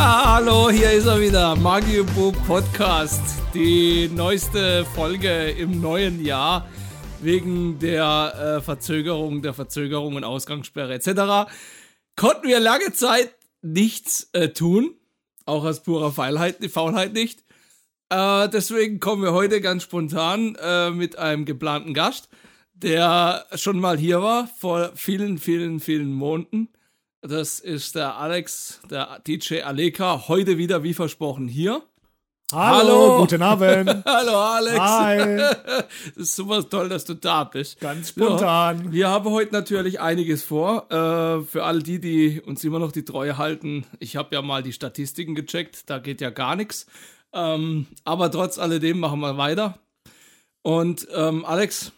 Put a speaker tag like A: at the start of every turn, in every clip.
A: So, hier ist er wieder, Magio Bub Podcast, die neueste Folge im neuen Jahr wegen der äh, Verzögerung, der Verzögerung und Ausgangssperre etc. Konnten wir lange Zeit nichts äh, tun, auch aus purer Feilheit, Faulheit nicht. Äh, deswegen kommen wir heute ganz spontan äh, mit einem geplanten Gast, der schon mal hier war vor vielen, vielen, vielen Monaten. Das ist der Alex, der DJ Aleka, heute wieder wie versprochen hier. Hallo.
B: guten Abend.
A: Hallo Alex.
B: Hi,
A: Es ist super toll, dass du da bist.
B: ganz spontan.
A: Wir haben heute natürlich einiges vor. Äh, für all die, die uns immer noch die Treue halten, ich habe ja mal die Statistiken gecheckt, da geht ja gar nichts. Ähm, aber trotz alledem machen wir weiter. Und ähm, Alex,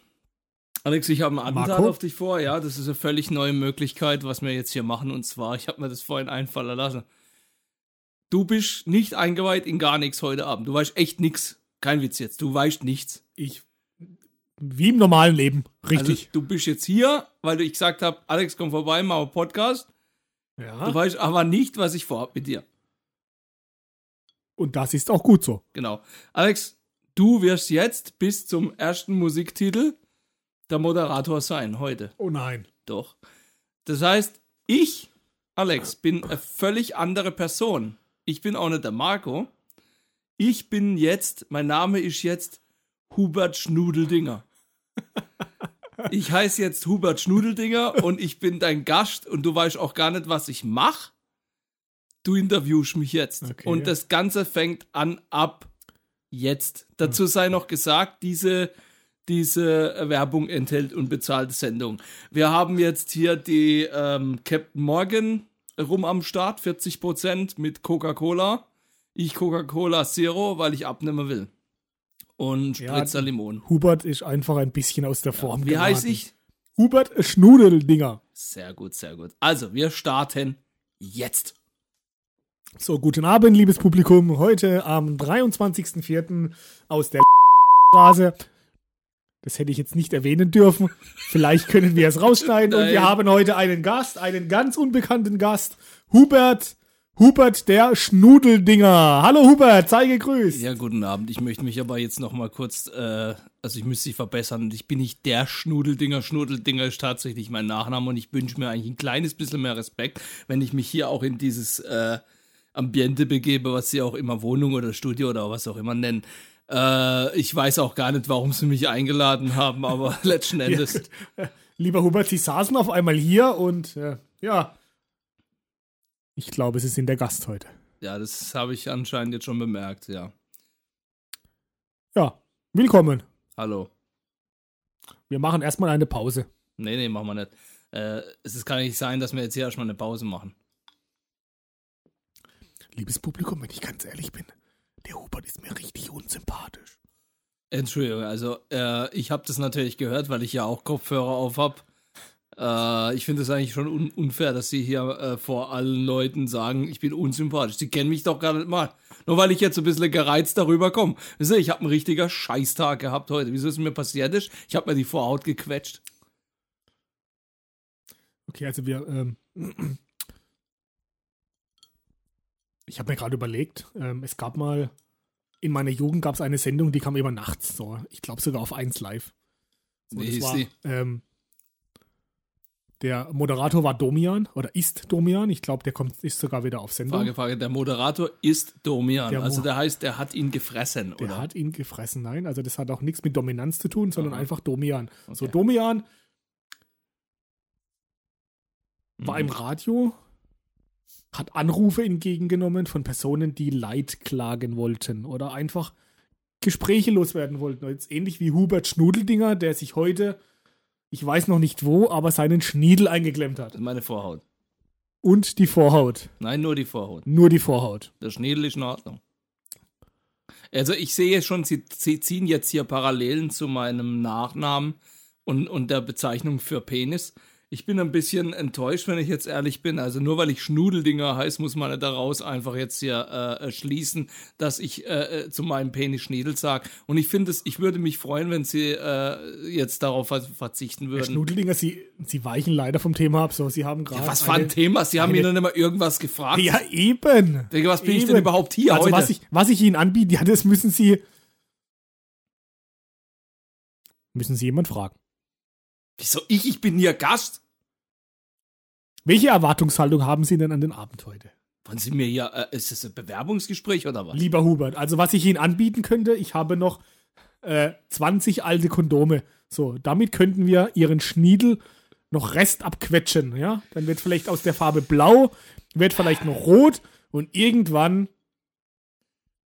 A: Alex, ich habe einen Attentat
B: Marco?
A: auf dich vor. Ja, das ist eine völlig neue Möglichkeit, was wir jetzt hier machen. Und zwar, ich habe mir das vorhin einfallen lassen. Du bist nicht eingeweiht in gar nichts heute Abend. Du weißt echt nichts. Kein Witz jetzt. Du weißt nichts.
B: Ich, wie im normalen Leben, richtig.
A: Also, du bist jetzt hier, weil ich gesagt habe, Alex, komm vorbei, mach einen Podcast. Also, Du
B: ja.
A: weißt aber nicht, was ich vorhab mit dir.
B: Und das ist auch gut so.
A: Genau. Alex, du wirst jetzt bis zum ersten Musiktitel der Moderator sein heute.
B: Oh nein.
A: Doch. Das heißt, ich, Alex, bin eine völlig andere Person. Ich bin auch nicht der Marco. Ich bin jetzt, mein Name ist jetzt Hubert Schnudeldinger. Ich heiße jetzt Hubert Schnudeldinger und ich bin dein Gast und du weißt auch gar nicht, was ich mache. Du interviewst mich jetzt.
B: Okay.
A: Und das Ganze fängt an ab jetzt. Dazu sei noch gesagt, diese diese Werbung enthält unbezahlte Sendung. Wir haben jetzt hier die ähm, Captain Morgan rum am Start, 40% mit Coca-Cola. Ich Coca-Cola Zero, weil ich abnehmen will. Und
B: Ja,
A: Spritzer Limon.
B: Hubert ist einfach ein bisschen aus der Form
A: Wie heiße
B: geraten.
A: ich?
B: Hubert Schnudeldinger.
A: Sehr gut, sehr gut. Also, wir starten jetzt.
B: So, guten Abend, liebes Publikum. Heute am 23.04. aus der Straße. Das hätte ich jetzt nicht erwähnen dürfen. Vielleicht können wir es rausschneiden. Und wir
A: Nein.
B: haben heute einen Gast, einen ganz unbekannten Gast. Hubert, Hubert der Schnudeldinger. Hallo Hubert, sei gegrüßt.
A: Ja, guten Abend. Ich möchte mich aber jetzt noch mal kurz, äh, also ich müsste dich verbessern. Ich bin nicht der Schnudeldinger. Schnudeldinger ist tatsächlich mein Nachname und ich wünsche mir eigentlich ein kleines bisschen mehr Respekt, wenn ich mich hier auch in dieses äh, Ambiente begebe, was sie auch immer Wohnung oder Studio oder was auch immer nennen. Äh, ich weiß auch gar nicht, warum sie mich eingeladen haben, aber letzten Endes.
B: Lieber Hubert, Sie saßen auf einmal hier und äh, ja. Ich glaube, Sie sind der Gast heute.
A: Ja, das habe ich anscheinend jetzt schon bemerkt, ja.
B: Ja, willkommen.
A: Hallo.
B: Wir machen erstmal eine Pause.
A: Nee, nee, machen wir nicht. Äh, es ist- kann nicht sein, dass wir jetzt hier erstmal eine Pause machen.
B: Liebes Publikum, wenn ich ganz ehrlich bin, der Hubert ist mir richtig unsympathisch.
A: Entschuldigung, also äh, ich habe das natürlich gehört, weil ich ja auch Kopfhörer auf habe. Äh, ich finde es eigentlich schon un unfair, dass sie hier äh, vor allen Leuten sagen, ich bin unsympathisch. Sie kennen mich doch gar nicht mal. Nur weil ich jetzt so ein bisschen gereizt darüber komme. Wisst ihr, ich habe einen richtiger Scheißtag gehabt heute. Wieso ist mir passiert ist? Ich habe mir die Vorhaut gequetscht.
B: Okay, also wir. Ähm, ich habe mir gerade überlegt, ähm, es gab mal. In meiner Jugend gab es eine Sendung, die kam immer nachts. So, ich glaube sogar auf 1 live. So,
A: Wie
B: das
A: hieß
B: war,
A: die?
B: Ähm, der Moderator war Domian oder ist Domian. Ich glaube, der kommt, ist sogar wieder auf Sendung.
A: Frage, Frage. Der Moderator ist Domian.
B: Der Mo-
A: also der heißt, der hat ihn gefressen,
B: Der
A: oder?
B: hat ihn gefressen, nein. Also das hat auch nichts mit Dominanz zu tun, sondern
A: Aha.
B: einfach Domian. So
A: Okay.
B: Domian war
A: Mhm.
B: im Radio, hat Anrufe entgegengenommen von Personen, die Leid klagen wollten oder einfach Gespräche loswerden wollten. Und Jetzt ähnlich wie Hubert Schnudeldinger, der sich heute, ich weiß noch nicht wo, aber seinen Schniedel eingeklemmt
A: Das
B: hat.
A: ist meine Vorhaut.
B: Und die Vorhaut.
A: Nein, nur die Vorhaut.
B: Nur die Vorhaut.
A: Der Schniedel ist in Ordnung. Also ich sehe schon, Sie, Sie ziehen jetzt hier Parallelen zu meinem Nachnamen und, und der Bezeichnung für Penis. Ich bin ein bisschen enttäuscht, wenn ich jetzt ehrlich bin. Also nur weil ich Schnudeldinger heißt, muss man daraus einfach jetzt hier äh, schließen, dass ich äh, zu meinem Penis Schniedel sage. Und ich finde es, ich würde mich freuen, wenn sie äh, jetzt darauf ver- verzichten
B: Herr
A: würden.
B: Schnudeldinger, Sie, Sie weichen leider vom Thema ab. So, Sie haben gerade.
A: Ja, was war ein
B: eine-
A: Thema? Sie haben mir
B: eine-
A: dann immer irgendwas gefragt.
B: Ja, eben.
A: Digga, was bin ich
B: eben.
A: denn überhaupt hier
B: Also,
A: heute?
B: was ich, was ich Ihnen anbiete, ja, das müssen Sie. Müssen Sie jemand fragen.
A: Wieso ich? Ich bin hier Gast.
B: Welche Erwartungshaltung haben Sie denn an den Abend heute?
A: Wollen Sie mir hier, äh, ist das ein Bewerbungsgespräch oder was?
B: Lieber Hubert, also was ich Ihnen anbieten könnte, ich habe noch äh, 20 alte Kondome. So, damit könnten wir Ihren Schniedel noch Rest abquetschen, ja? Dann wird vielleicht aus der Farbe blau, wird vielleicht noch rot und irgendwann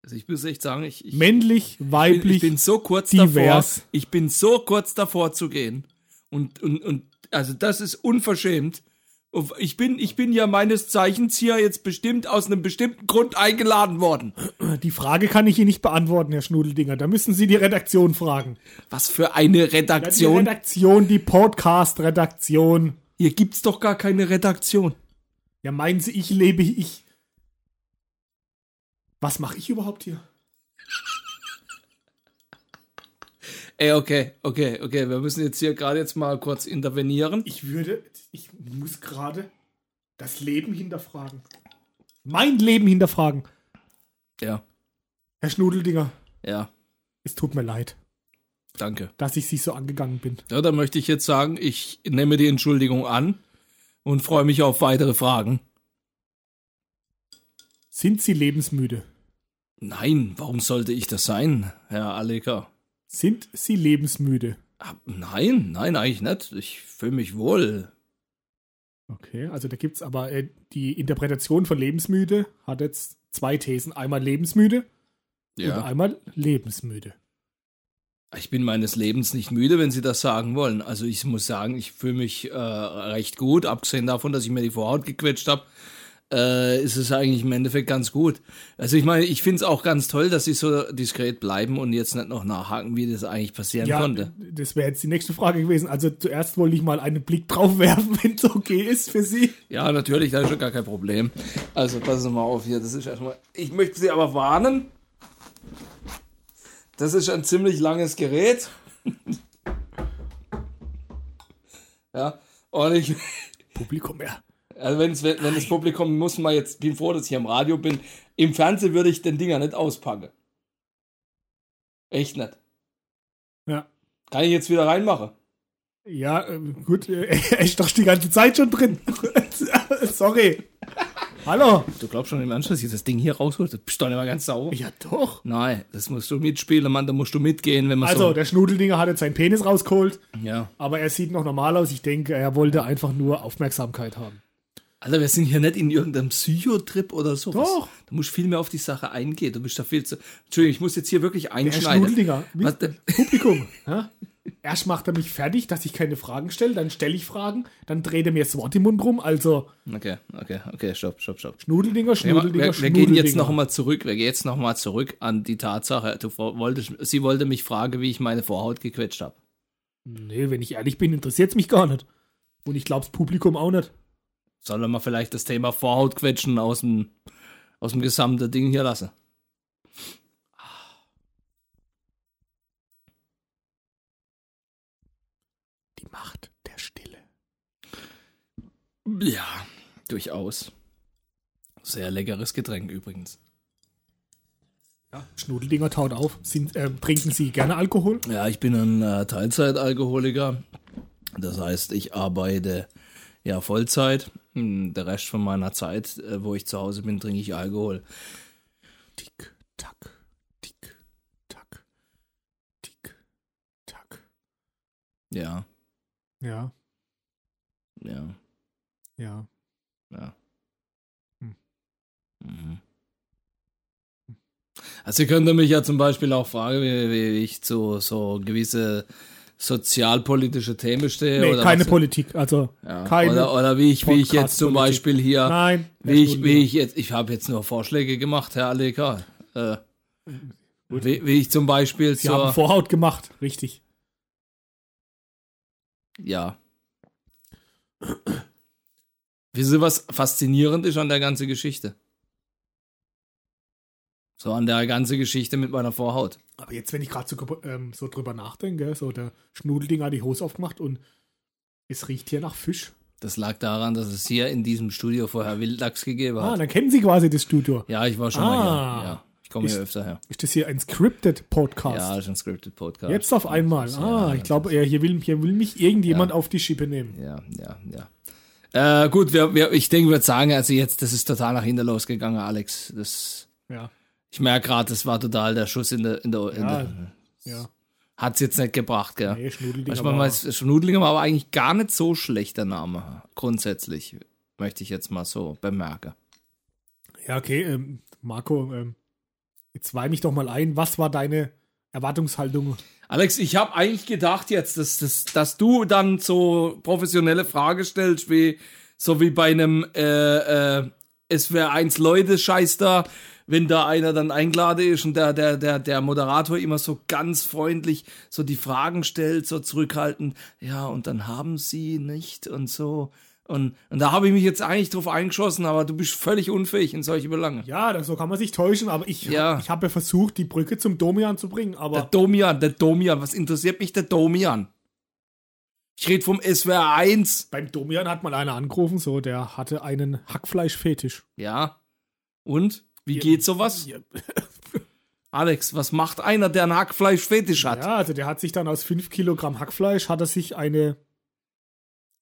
A: Also ich muss echt sagen, ich, ich,
B: männlich,
A: ich, bin,
B: weiblich.
A: ich bin so kurz
B: divers.
A: davor. Ich bin so kurz davor zu gehen. Und, und, und also das ist unverschämt. Und Ich bin, ich bin ja meines Zeichens hier jetzt bestimmt aus einem bestimmten Grund eingeladen worden.
B: die Frage kann ich Ihnen nicht beantworten, Herr Schnudeldinger. Da müssen Sie die Redaktion fragen.
A: Was für eine
B: Ja, die
A: Redaktion.
B: Redaktion, die Podcast-Redaktion.
A: Hier gibt's doch gar keine Redaktion.
B: Ja, meinen Sie, ich lebe ich? Was mache ich überhaupt hier?
A: Ey, okay, okay, okay. Wir müssen jetzt hier gerade jetzt mal kurz intervenieren.
B: Ich würde, ich muss gerade das Leben hinterfragen. Mein Leben hinterfragen.
A: Ja,
B: Herr Schnudeldinger,
A: ja.
B: es tut mir leid,
A: Danke.
B: dass ich Sie so angegangen bin.
A: Ja, da möchte ich jetzt sagen, ich nehme die Entschuldigung an und freue mich auf weitere Fragen.
B: Sind Sie lebensmüde?
A: Nein, warum sollte ich das sein, Herr Alecker?
B: Sind Sie lebensmüde?
A: Ah, Nein, nein, eigentlich nicht. Ich fühle mich wohl.
B: Okay, also da gibt es aber äh, die Interpretation von lebensmüde hat jetzt zwei Thesen. Einmal lebensmüde und
A: Ja.
B: einmal lebensmüde.
A: Ich bin meines Lebens nicht müde, wenn Sie das sagen wollen. Also ich muss sagen, ich fühle mich äh, recht gut, abgesehen davon, dass ich mir die Vorhaut gequetscht habe. Äh, ist es eigentlich im Endeffekt ganz gut. Also ich meine, ich finde es auch ganz toll, dass Sie so diskret bleiben und jetzt nicht noch nachhaken, wie das eigentlich passieren konnte.
B: das wäre jetzt die nächste Frage gewesen. Also zuerst wollte ich mal einen Blick drauf werfen, wenn es okay ist für Sie.
A: Ja, natürlich, da ist schon gar kein Problem. Also passen Sie mal auf hier, das ist erstmal. Ich möchte Sie aber warnen. Das ist ein ziemlich langes Gerät. ja, und ich.
B: Publikum, ja.
A: Also wenn's, wenn, wenn das Publikum muss mal jetzt, bin froh, dass ich am Radio bin. Im Fernsehen würde ich den Dinger nicht auspacken. Echt nicht.
B: Ja.
A: Kann ich jetzt wieder reinmachen?
B: Ja, ähm, gut, äh, ich doch die ganze Zeit schon drin. Sorry. Hallo.
A: Du glaubst schon im Anschluss, dass ich das Ding hier raushole? Das bist doch nicht mal ganz sauber.
B: Ja, doch.
A: Nein, das musst du mitspielen, Mann, da musst du mitgehen, wenn man
B: Also,
A: so...
B: der Schnudeldinger hat jetzt seinen Penis rausgeholt,
A: Ja.
B: aber er sieht noch normal aus. Ich denke, er wollte einfach nur Aufmerksamkeit haben.
A: Alter, wir sind hier nicht in irgendeinem Psychotrip oder sowas.
B: Doch.
A: Du musst viel mehr auf die Sache eingehen. Du bist da viel zu. Entschuldigung, ich muss jetzt hier wirklich
B: Der Herr
A: einschneiden.
B: Schnudeldinger, mit
A: Was denn?
B: Publikum. ja? Erst macht er mich fertig, dass ich keine Fragen stelle, dann stelle ich Fragen, dann dreht er mir das Wort im Mund rum. Also,
A: Okay, okay, okay, stopp, stopp, stopp.
B: Schnudeldinger,
A: Wir,
B: Schnudeldinger,
A: wir, wir
B: Schnudeldinger.
A: gehen jetzt nochmal zurück. Wir gehen jetzt nochmal zurück an die Tatsache. Du wo- wolltest, sie wollte mich fragen, wie ich meine Vorhaut gequetscht habe.
B: Nee, wenn ich ehrlich bin, interessiert es mich gar nicht. Und ich glaube, das Publikum auch nicht.
A: Sollen wir vielleicht das Thema Vorhautquetschen aus dem, aus dem gesamten Ding hier lassen?
B: Die Macht der Stille.
A: Ja, durchaus. Sehr leckeres Getränk übrigens.
B: Schnudeldinger taut auf. Sind, ähm, trinken Sie gerne Alkohol?
A: Ja, ich bin ein äh, Teilzeitalkoholiker. Das heißt, ich arbeite ja Vollzeit. Hm, Der Rest von meiner Zeit, äh, wo ich zu Hause bin, trinke ich Alkohol.
B: Tick, tack, tick, tack, tick, tack.
A: Ja,
B: Ja,
A: ja,
B: ja.
A: ja.
B: Hm.
A: Mhm. Also, ihr könnt mich ja zum Beispiel auch fragen, wie, wie ich zu so gewisse sozialpolitische Themen stehe.
B: Nee,
A: oder
B: keine
A: was,
B: Politik. Also,
A: ja.
B: keine.
A: Oder, oder wie ich, wie ich jetzt zum
B: Podcast-Politik.
A: Beispiel hier.
B: Nein.
A: Wie ich,
B: Schnudeldinger.
A: wie ich jetzt, ich habe jetzt nur Vorschläge gemacht, Herr Aleka. Äh, wie, wie ich zum Beispiel
B: Sie
A: zur,
B: haben Vorhaut gemacht. Richtig.
A: ja, Wissen Sie, was faszinierend ist an der ganzen Geschichte? So an der ganzen Geschichte mit meiner Vorhaut.
B: Aber jetzt, wenn ich gerade so, gebo- ähm, so drüber nachdenke, so der Schnudelding hat die Hose aufgemacht und es riecht hier nach Fisch.
A: Das lag daran, dass es hier in diesem Studio vorher Wildlachs gegeben
B: Ah,
A: hat.
B: dann kennen Sie quasi das Studio.
A: Ja, ich war schon
B: Ah.
A: mal hier. Ja, ich komme hier
B: Ist-
A: öfter her.
B: Ist das hier ein scripted Podcast?
A: Ja, das ist ein scripted Podcast.
B: Jetzt auf einmal.
A: Ja,
B: Ah, ich
A: das
B: glaube, er- hier will, hier will mich irgendjemand auf die Schippe nehmen.
A: Ja, ja, ja. Äh, gut, wir, wir, ich denke, ich würde sagen, also jetzt, das ist total nach hinten losgegangen, Alex. Das,
B: Ja,
A: ich merke gerade, das war total der Schuss in der. In der, in
B: Ja.
A: der
B: ja.
A: Hat's jetzt nicht gebracht, gell?
B: Nee, Schnudelding.
A: Manchmal
B: aber-
A: mal ist Schnudeligem also aber eigentlich gar nicht so schlechter Name. Grundsätzlich möchte ich jetzt mal so bemerken.
B: Ja, okay, ähm, Marco, ähm, jetzt weih mich doch mal ein. Was war deine Erwartungshaltung?
A: Alex, ich habe eigentlich gedacht jetzt, dass, dass, dass du dann so professionelle Frage stellst, wie so wie bei einem äh, äh, es wäre eins Leute Scheiß da, wenn da einer dann eingeladen ist und der, der, der, der Moderator immer so ganz freundlich so die Fragen stellt, so zurückhaltend, ja, und dann haben sie nicht und so. Und, und da habe ich mich jetzt eigentlich drauf eingeschossen, aber du bist völlig unfähig in solche Belange.
B: Ja, das, so kann man sich täuschen, aber ich,
A: Ja.
B: ich habe ja versucht, die Brücke zum Domian zu bringen,
A: Der
B: aber
A: Domian, der Domian, was interessiert mich der Domian? Ich rede vom SWR 1.
B: beim Domian hat mal einer angerufen, so, der hatte einen Hackfleischfetisch.
A: Ja. Und? Wie
B: Ja.
A: geht sowas?
B: Ja,
A: Alex, was macht einer, der einen Hackfleischfetisch hat?
B: ja, also der hat sich dann aus 5 Kilogramm Hackfleisch, hat er sich eine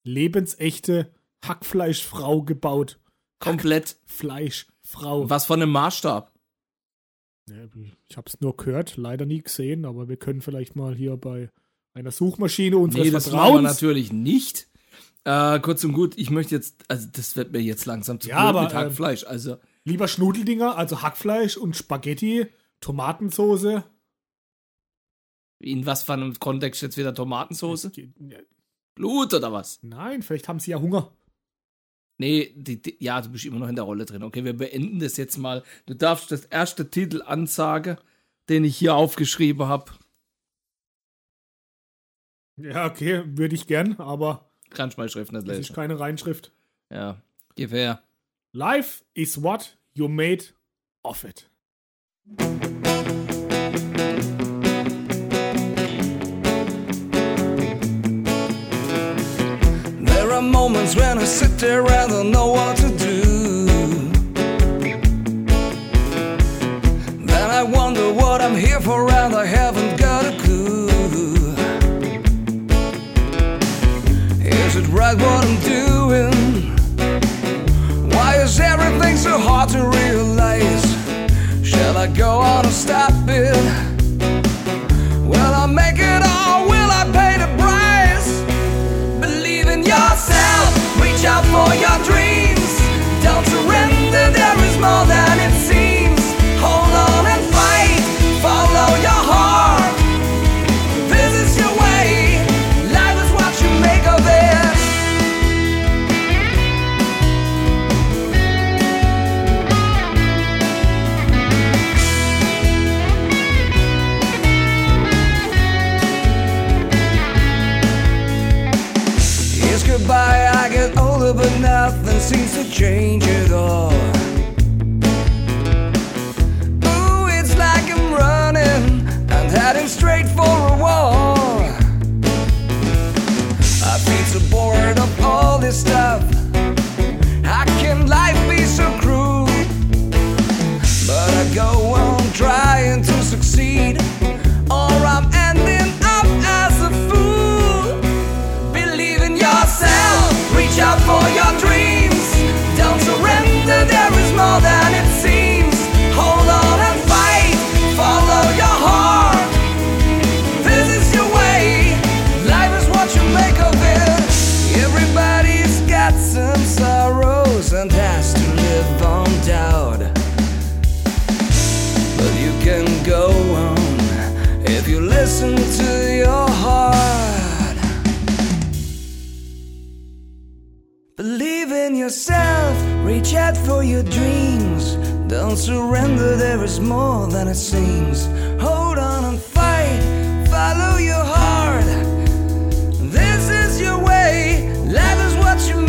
B: lebensechte Hackfleischfrau gebaut.
A: Komplett.
B: Fleischfrau.
A: Was von einem Maßstab?
B: Ja, Ich habe es nur gehört, leider nie gesehen, aber wir können vielleicht mal hier bei einer Suchmaschine unseres
A: Nee, das machen wir
B: Vertrauens.
A: natürlich nicht. Äh, kurz und gut, ich möchte jetzt, also das wird mir jetzt langsam zu
B: Ja,
A: blöd
B: aber,
A: mit
B: ähm,
A: Hackfleisch. Also,
B: Lieber Schnudeldinger, also Hackfleisch und Spaghetti, Tomatensoße.
A: in was für einem Kontext jetzt wieder Tomatensoße?
B: Ge-
A: Blut oder was?
B: Nein, vielleicht haben sie ja Hunger.
A: Nee, die, die, ja, du bist immer noch in der Rolle drin. Okay, wir beenden das jetzt mal. Du darfst das erste Titel ansagen, den ich hier aufgeschrieben habe.
B: Ja, okay, würde ich gern, aber
A: Kannst meine Schrift nicht
B: das ist
A: lesen.
B: keine Reinschrift.
A: Ja, gib her.
B: Life is what you made of it.
C: There are moments when I sit there and don't know what to do. Then I wonder what I'm here for and I haven't got a clue. Is it right what I'm doing? Why is everything so hard to realize? Shall I go on and stop it? Will I make it or will I pay the price? Believe in yourself, reach out for your dreams. Don't surrender, there is more than it seems. Hold on and fight, follow your heart. This is your way, life is what you make of it. Yes, goodbye, I get older, but nothing seems to change at all. Ooh, it's like I'm running and heading straight for a wall. I feel so bored of all this stuff. How can life be so cruel? But I go on trying to succeed, or I'm ending up as a fool. Believe in yourself, reach out for your dreams. Don't surrender, there is more than it seems. Hold on and fight, follow your heart. This is your way, life is what you make of it. Everybody's got some sorrows and has to live on doubt. But you can go on if you listen to your heart. Believe in yourself, reach out for your dreams. Don't surrender, there is more than it seems. Hold on and fight, follow your heart. This is your way, life is what you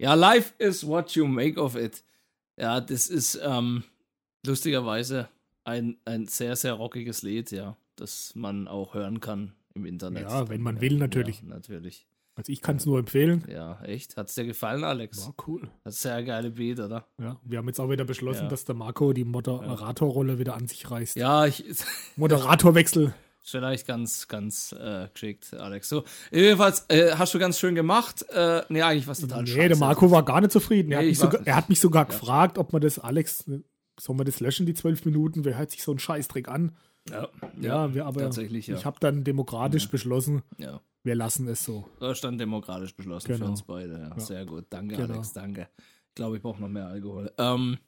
A: Ja, life is what you make of it. Ja, das ist ähm, lustigerweise ein, ein sehr, sehr rockiges Lied, ja, das man auch hören kann im Internet.
B: Ja, wenn man will, natürlich.
A: Ja, natürlich.
B: Also ich kann es nur empfehlen.
A: Ja, echt. Hat's dir gefallen, Alex?
B: War cool.
A: Das ist sehr geile Beat, oder?
B: Ja, wir haben jetzt auch wieder beschlossen,
A: Ja.
B: dass der Marco die Moderatorrolle wieder an sich reißt.
A: Ja, ich,
B: Moderatorwechsel.
A: vielleicht ganz, ganz äh, geschickt, Alex. So, jedenfalls äh, hast du ganz schön gemacht. Äh, nee, eigentlich was total
B: Nee,
A: scheiße.
B: der Marco war gar nicht zufrieden. Er,
A: Nee,
B: hat, mich
A: ich war-
B: sogar, er hat mich sogar
A: Ja.
B: gefragt, ob man das, Alex, ne, sollen wir das löschen, die zwölf Minuten? Wer hört sich so einen Scheißdreck an?
A: Ja,
B: Ja, wir aber.
A: Tatsächlich, ja.
B: Ich habe dann demokratisch beschlossen,
A: ja.
B: wir lassen es so.
A: Deutschland demokratisch beschlossen für
B: Genau.
A: uns beide. Ja, Sehr gut. Danke,
B: Genau.
A: Alex. Danke. Ich glaube, ich brauche noch mehr Alkohol. Ähm,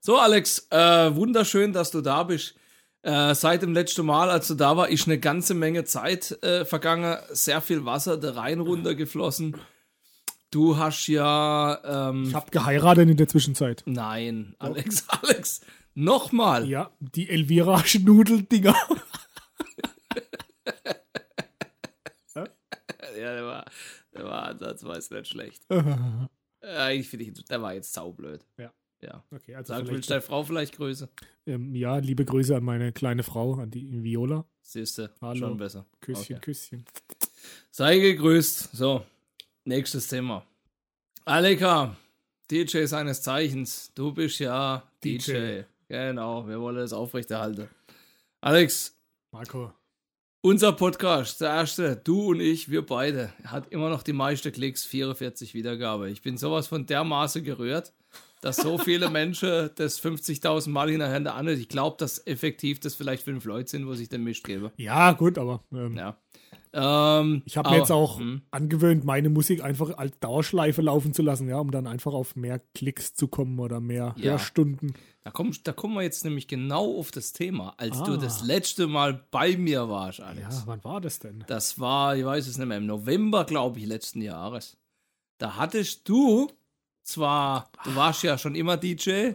A: so, Alex, äh, wunderschön, dass du da bist. Äh, seit dem letzten Mal, als du da war, ist eine ganze Menge Zeit äh, vergangen. Sehr viel Wasser der Rhein runtergeflossen. Du hast ja. Ähm,
B: Ich habe geheiratet in der Zwischenzeit.
A: nein, Alex, Alex. Nochmal.
B: Ja, die Elvira Schnudeldinger.
A: Ja, der war, der war ansatzweise nicht schlecht. Äh, Eigentlich finde ich, der war jetzt saublöd.
B: Ja.
A: Ja.
B: Okay, also
A: Sag, willst
B: vielleicht,
A: deine Frau vielleicht Grüße?
B: ähm, ja, liebe Grüße an meine kleine Frau, an die Viola.
A: Siehst du,
B: Hallo.
A: schon besser.
B: Küsschen,
A: Okay.
B: Küsschen.
A: Sei gegrüßt. So, nächstes Thema. Aleka, DJ seines Zeichens. Du bist ja DJ.
B: DJ.
A: Genau, wir wollen es aufrechterhalten. Alex,
B: Marco.
A: unser Podcast, der erste, du und ich, wir beide, hat immer noch die meisten Klicks, 44 Wiedergabe. Ich bin sowas von dermaßen gerührt, dass so viele Menschen das 50.000 Mal hintereinander anhören. Ich glaube, dass effektiv das vielleicht fünf Leute sind, wo sich den Mist gebe.
B: Ja, gut, aber ähm,
A: Ja. Ähm,
B: ich habe mir
A: aber-
B: jetzt auch
A: Hm.
B: angewöhnt, meine Musik einfach als Dauerschleife laufen zu lassen, ja, um dann einfach auf mehr Klicks zu kommen oder mehr
A: Ja.
B: Hörstunden.
A: Da, komm, da kommen wir jetzt nämlich genau auf das Thema. Als du
B: Ah.
A: das letzte Mal bei mir warst, Alex.
B: Ja, wann war das denn?
A: Das war, ich weiß es nicht mehr, im November, glaube ich, letzten Jahres. Da hattest du zwar, du warst ja schon immer DJ,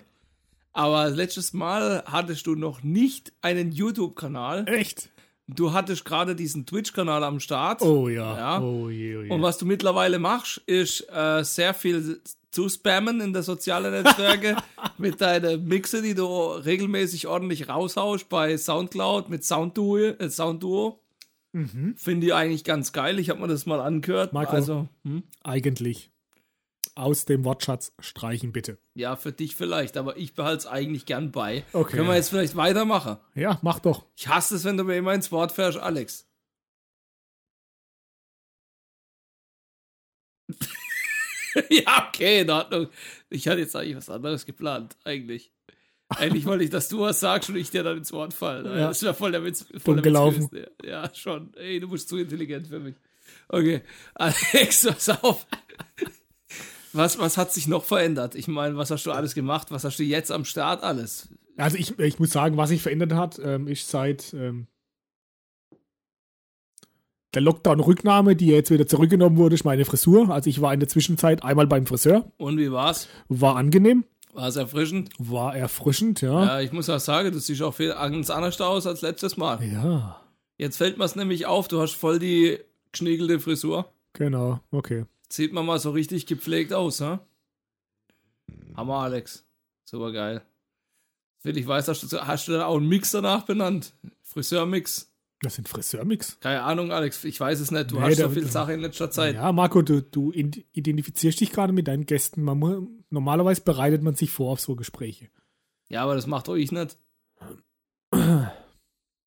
A: aber letztes Mal hattest du noch nicht einen YouTube-Kanal.
B: Echt?
A: Du hattest gerade diesen Twitch-Kanal am Start.
B: Oh ja.
A: Ja.
B: Oh je, oh je.
A: Und was du mittlerweile machst, ist äh, sehr viel zu spammen in den sozialen Netzwerken mit deinen Mixen, die du regelmäßig ordentlich raushaust bei Soundcloud mit Soundduo. Äh, Soundduo. Finde ich eigentlich ganz geil. Ich habe mir das mal angehört.
B: Mhm. Marco.
A: Also, hm?
B: Eigentlich. Aus dem Wortschatz streichen, bitte.
A: ja, für dich vielleicht, aber ich behalte es eigentlich gern bei.
B: Okay.
A: Können wir jetzt vielleicht weitermachen?
B: Ja, mach doch.
A: Ich hasse es, wenn du mir immer ins Wort fährst, Alex. ja, okay, in Ordnung. Ich hatte jetzt eigentlich was anderes geplant, eigentlich. Eigentlich wollte ich, dass du was sagst und ich dir dann ins Wort falle.
B: Ja.
A: Das wäre voll der Witz. Voll der Witz
B: gelaufen.
A: gewesen. Ja, schon. Ey, du bist zu intelligent für mich. Okay, Alex, pass auf. Was, was hat sich noch verändert? Ich meine, was hast du alles gemacht? Was hast du jetzt am Start alles?
B: Also ich, ich muss sagen, was sich verändert hat, ähm, ist seit ähm, der Lockdown-Rücknahme, die jetzt wieder zurückgenommen wurde, ist meine Frisur. Also ich war in der Zwischenzeit einmal beim Friseur,
A: Und wie war's?
B: war angenehm,
A: War's erfrischend?
B: war erfrischend, ja.
A: Ja, ich muss auch sagen, du siehst auch viel ganz anders aus als letztes Mal.
B: Ja,
A: Jetzt fällt mir es nämlich auf, du hast voll die geschniegelte Frisur.
B: genau, okay.
A: Sieht man mal so richtig gepflegt aus, ne? Hammer, Alex. Super geil. Will ich weiß, hast du, hast du dann auch einen Mix danach benannt? Friseurmix?
B: Das sind Friseurmix.
A: Keine Ahnung, Alex. Ich weiß es nicht. Du
B: Nee,
A: hast so
B: da-
A: viel Sache in letzter Zeit.
B: Ja, Marco, du, du in- identifizierst dich gerade mit deinen Gästen. Man mu- normalerweise bereitet man sich vor auf so Gespräche.
A: Ja, aber das macht doch ich nicht.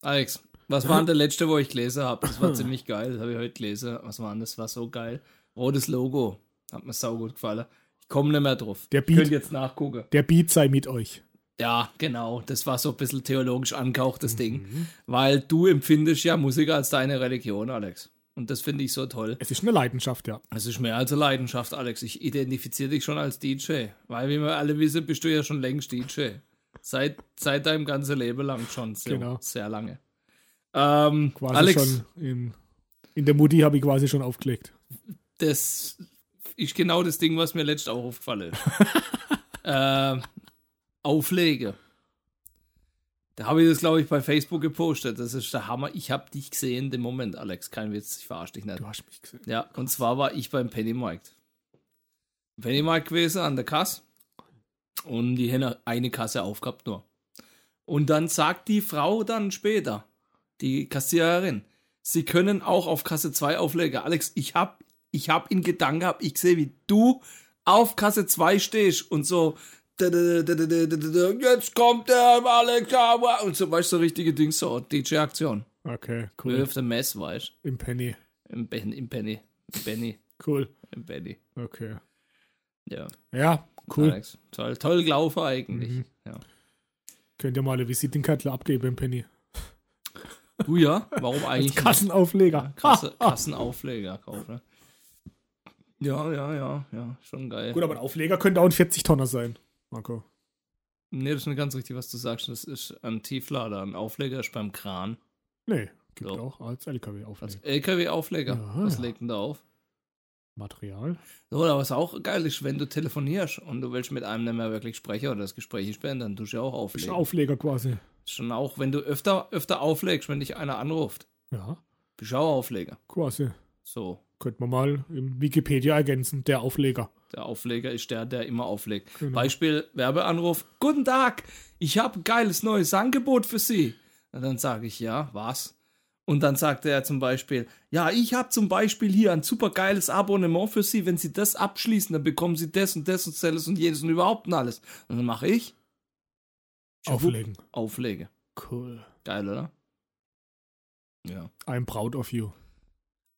A: Alex, was war denn der letzte, wo ich gelesen habe? Das war ziemlich geil, das habe ich heute gelesen. Was war denn das? War so geil. Rotes Logo. Hat mir saugut gefallen. Ich komme nicht mehr drauf.
B: Der
A: Ich
B: Beat.
A: könnt jetzt nachgucken.
B: Der Beat sei mit euch.
A: Ja, genau. Das war so ein bisschen theologisch
B: Mhm.
A: angehauchtes Ding. Weil du empfindest ja Musik als deine Religion, Alex. Und das finde ich so toll.
B: Es ist eine Leidenschaft, ja.
A: Es ist mehr als eine Leidenschaft, Alex. Ich identifiziere dich schon als DJ. Weil, wie wir alle wissen, bist du ja schon längst DJ. Seit, seit deinem ganzen Leben lang schon. So,
B: Genau.
A: Sehr lange. Ähm,
B: Quasi
A: Alex,
B: schon in, in der Mutti habe ich quasi schon aufgelegt.
A: das ist genau das Ding, was mir letzt auch aufgefallen ist. ähm, Auflege. Da habe ich das, glaube ich, bei Facebook gepostet. Das ist der Hammer. Ich habe dich gesehen, den Moment, Alex. Kein Witz, ich verarsche dich nicht.
B: Du hast mich gesehen.
A: Ja, und zwar war ich beim Pennymarkt. wenn ich mal gewesen an der Kasse und die hätten eine Kasse aufgehabt nur. Und dann sagt die Frau dann später, die Kassiererin, sie können auch auf Kasse 2 auflegen. Alex, ich hab, ich hab in Gedanken gehabt, ich sehe, wie du auf Kasse 2 stehst und so, jetzt kommt der Alex, aber- und so, weißt du, so richtige Dings, so DJ-Aktion.
B: Okay,
A: Will
B: cool.
A: of the Mess, weißt du.
B: Im Penny.
A: Im, ben, im Penny. Im Benny.
B: Cool.
A: Im Benny.
B: Okay.
A: Ja.
B: Ja, cool. Mhm.
A: Alex. Toll, toll gelaufen eigentlich. Ja.
B: Könnt ihr mal eine Visitenkarte abgeben im Penny.
A: Du ja? Warum eigentlich? nicht?
B: Kassenaufleger.
A: Kasse, Kassenaufleger kaufen. ne? Ja, ja, ja, ja, schon geil.
B: Gut, aber ein Aufleger könnte auch ein 40-Tonner sein. Marco.
A: Nee, das ist nicht ganz richtig, was du sagst. Das ist ein Tieflader. Ein Aufleger ist beim Kran.
B: Nee, gibt
A: Doch.
B: auch
A: Als
B: als LKW-Aufleger.
A: LKW-Aufleger.
B: Ja,
A: was
B: ja.
A: legt denn da auf?
B: Material.
A: Oder was auch geil ist, wenn du telefonierst und du willst mit einem nicht mehr wirklich sprechen oder das Gespräch ist beendet, dann tust du ja auch
B: Ist
A: auflegen.
B: ein Aufleger quasi.
A: Schon auch, wenn du öfter, öfter auflegst, wenn dich einer anruft.
B: Ja,
A: Bist du auch Aufleger.
B: quasi.
A: So.
B: Könnte man mal im Wikipedia ergänzen, der Aufleger.
A: Der Aufleger ist der, der immer auflegt.
B: Genau.
A: Beispiel Werbeanruf. Guten Tag, ich habe ein geiles neues Angebot für Sie. Und dann sage ich, ja, was? Und dann sagt er zum Beispiel, ja, ich habe zum Beispiel hier ein super geiles Abonnement für Sie. Wenn Sie das abschließen, dann bekommen Sie das und das und das und jenes und überhaupt und alles. Und dann mache ich
B: Auflegen.
A: Auflege.
B: Cool.
A: Geil, oder? Ja.
B: I'm proud of you.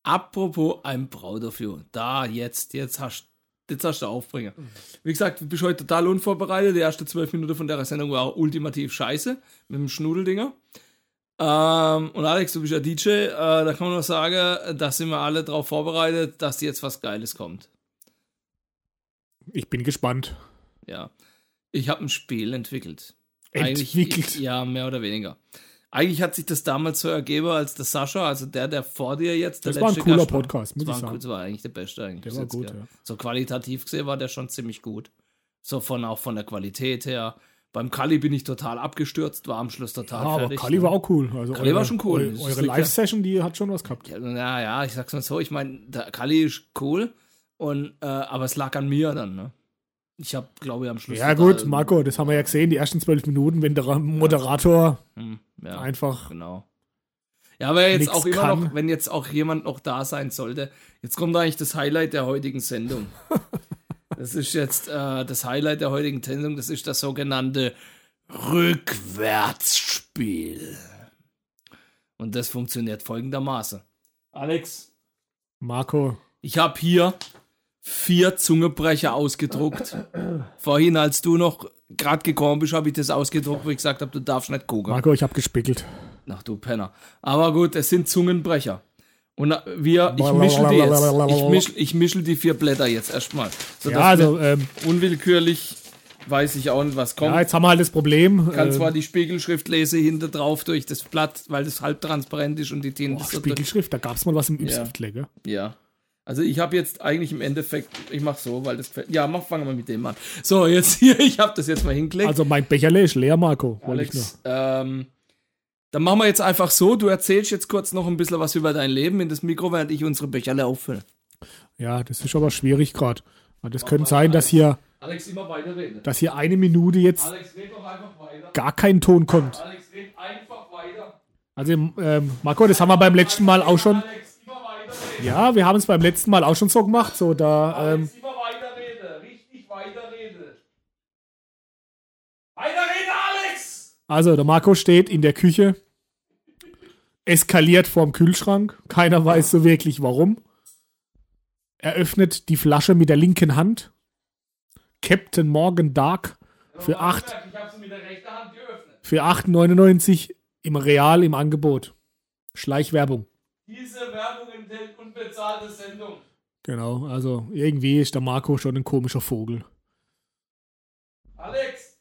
A: Apropos, I'm proud of you. Da, jetzt, jetzt hast, jetzt hast du Aufbringer. Wie gesagt, du bist heute total unvorbereitet. Die ersten zwölf Minuten von der Sendung war ultimativ scheiße mit dem Schnudeldinger. Ähm, und Alex, du bist ja DJ. Äh, da kann man nur sagen, da sind wir alle drauf vorbereitet, dass jetzt was Geiles kommt.
B: Ich bin gespannt.
A: Ja. Ich habe ein Spiel entwickelt. Eigentlich-
B: Entwickelt.
A: ja, mehr oder weniger. Eigentlich hat sich das damals so ergeben, als der Sascha, also der, der vor dir jetzt, der
B: Das war ein cooler
A: Gast
B: Podcast, muss
A: das
B: ich
A: war, ein
B: sagen.
A: gut- das war eigentlich der beste eigentlich.
B: Der
A: bis
B: war
A: jetzt,
B: gut,
A: gell.
B: ja.
A: So qualitativ gesehen war der schon ziemlich gut. So von auch von der Qualität her. Beim Kali bin ich total abgestürzt, war am Schluss
B: Ja,
A: total
B: aber
A: fertig. ne?
B: Kali war auch cool. Also
A: Kali war schon cool.
B: eu-
A: Das
B: Eure
A: liegt ja-
B: Live-Session, die hat schon was gehabt.
A: Ja, naja, ich sag's mal so, ich meine, der Kali ist cool, und, äh, aber es lag an mir dann, ne? Ich habe, glaube ich, am Schluss.
B: Ja
A: total-
B: gut, Marco, das haben wir ja gesehen, die ersten zwölf Minuten, wenn der Ra- Moderator
A: Hm, ja.
B: einfach
A: Genau. Ja, aber jetzt
B: Nix
A: auch immer
B: kann.
A: noch, wenn jetzt auch jemand noch da sein sollte, jetzt kommt eigentlich das Highlight der heutigen Sendung. das ist jetzt äh, das Highlight der heutigen Sendung, das ist das sogenannte Rückwärtsspiel. Und das funktioniert folgendermaßen. Alex,
B: Marco,
A: ich habe hier vier Zungebrecher ausgedruckt. Vorhin, als du noch gerade gekommen bist, habe ich das ausgedruckt, wo ich gesagt habe, du darfst nicht gucken.
B: Marco, ich hab gespickelt.
A: Ach du Penner. Aber gut, es sind Zungenbrecher. Und äh, wir, ich mischel die jetzt. Ich mischel, ich mischel die vier Blätter jetzt erstmal. Sodass
B: Ja, also, ähm,
A: wir unwillkürlich weiß ich auch nicht, was kommt.
B: ja, jetzt haben wir halt das Problem.
A: kann
B: ähm,
A: zwar die Spiegelschrift lese hinter drauf durch das Blatt, weil das halbtransparent ist und die Tinte
B: Boah,
A: ist so
B: Spiegelschrift, da gab's mal was im
A: Ja.
B: Übsiftle, gell?
A: durch- Ja. Also ich habe jetzt eigentlich im Endeffekt, ich mach so, weil das gefällt- Ja, mach, fangen wir mit dem an. So, jetzt hier, ich habe das jetzt mal hingelegt.
B: Also mein Becherle ist leer, Marco. wollte ich nur.
A: Alex, ähm, dann machen wir jetzt einfach so, du erzählst jetzt kurz noch ein bisschen was über dein Leben in das Mikro, während ich unsere Becherle auffülle.
B: Ja, das ist aber schwierig gerade. Das könnte
A: Oh
B: sein, dass hier,
A: Alex, immer weiter reden.
B: dass hier eine Minute jetzt
A: Alex, red doch einfach weiter.
B: gar kein Ton kommt.
A: Alex, red einfach weiter.
B: Also, ähm, Marco, das haben wir beim letzten Mal auch schon.
A: Alex, immer weiter reden.
B: Ja, wir haben es beim letzten Mal auch schon so gemacht. So, da, ähm,
A: immer weiter reden. Richtig weiter reden. Weiter reden, Alex!
B: also der Marco steht in der Küche, eskaliert vorm Kühlschrank. Keiner weiß so wirklich warum. Er öffnet die Flasche mit der linken Hand. Captain Morgan Dark für 8
A: Ich habe sie mit der rechten Hand geöffnet.
B: für 8,99 im Real im Angebot. Schleichwerbung.
A: Diese Werbung enthält unbezahlte Sendung.
B: Genau, also irgendwie ist der Marco schon ein komischer Vogel.
A: Alex,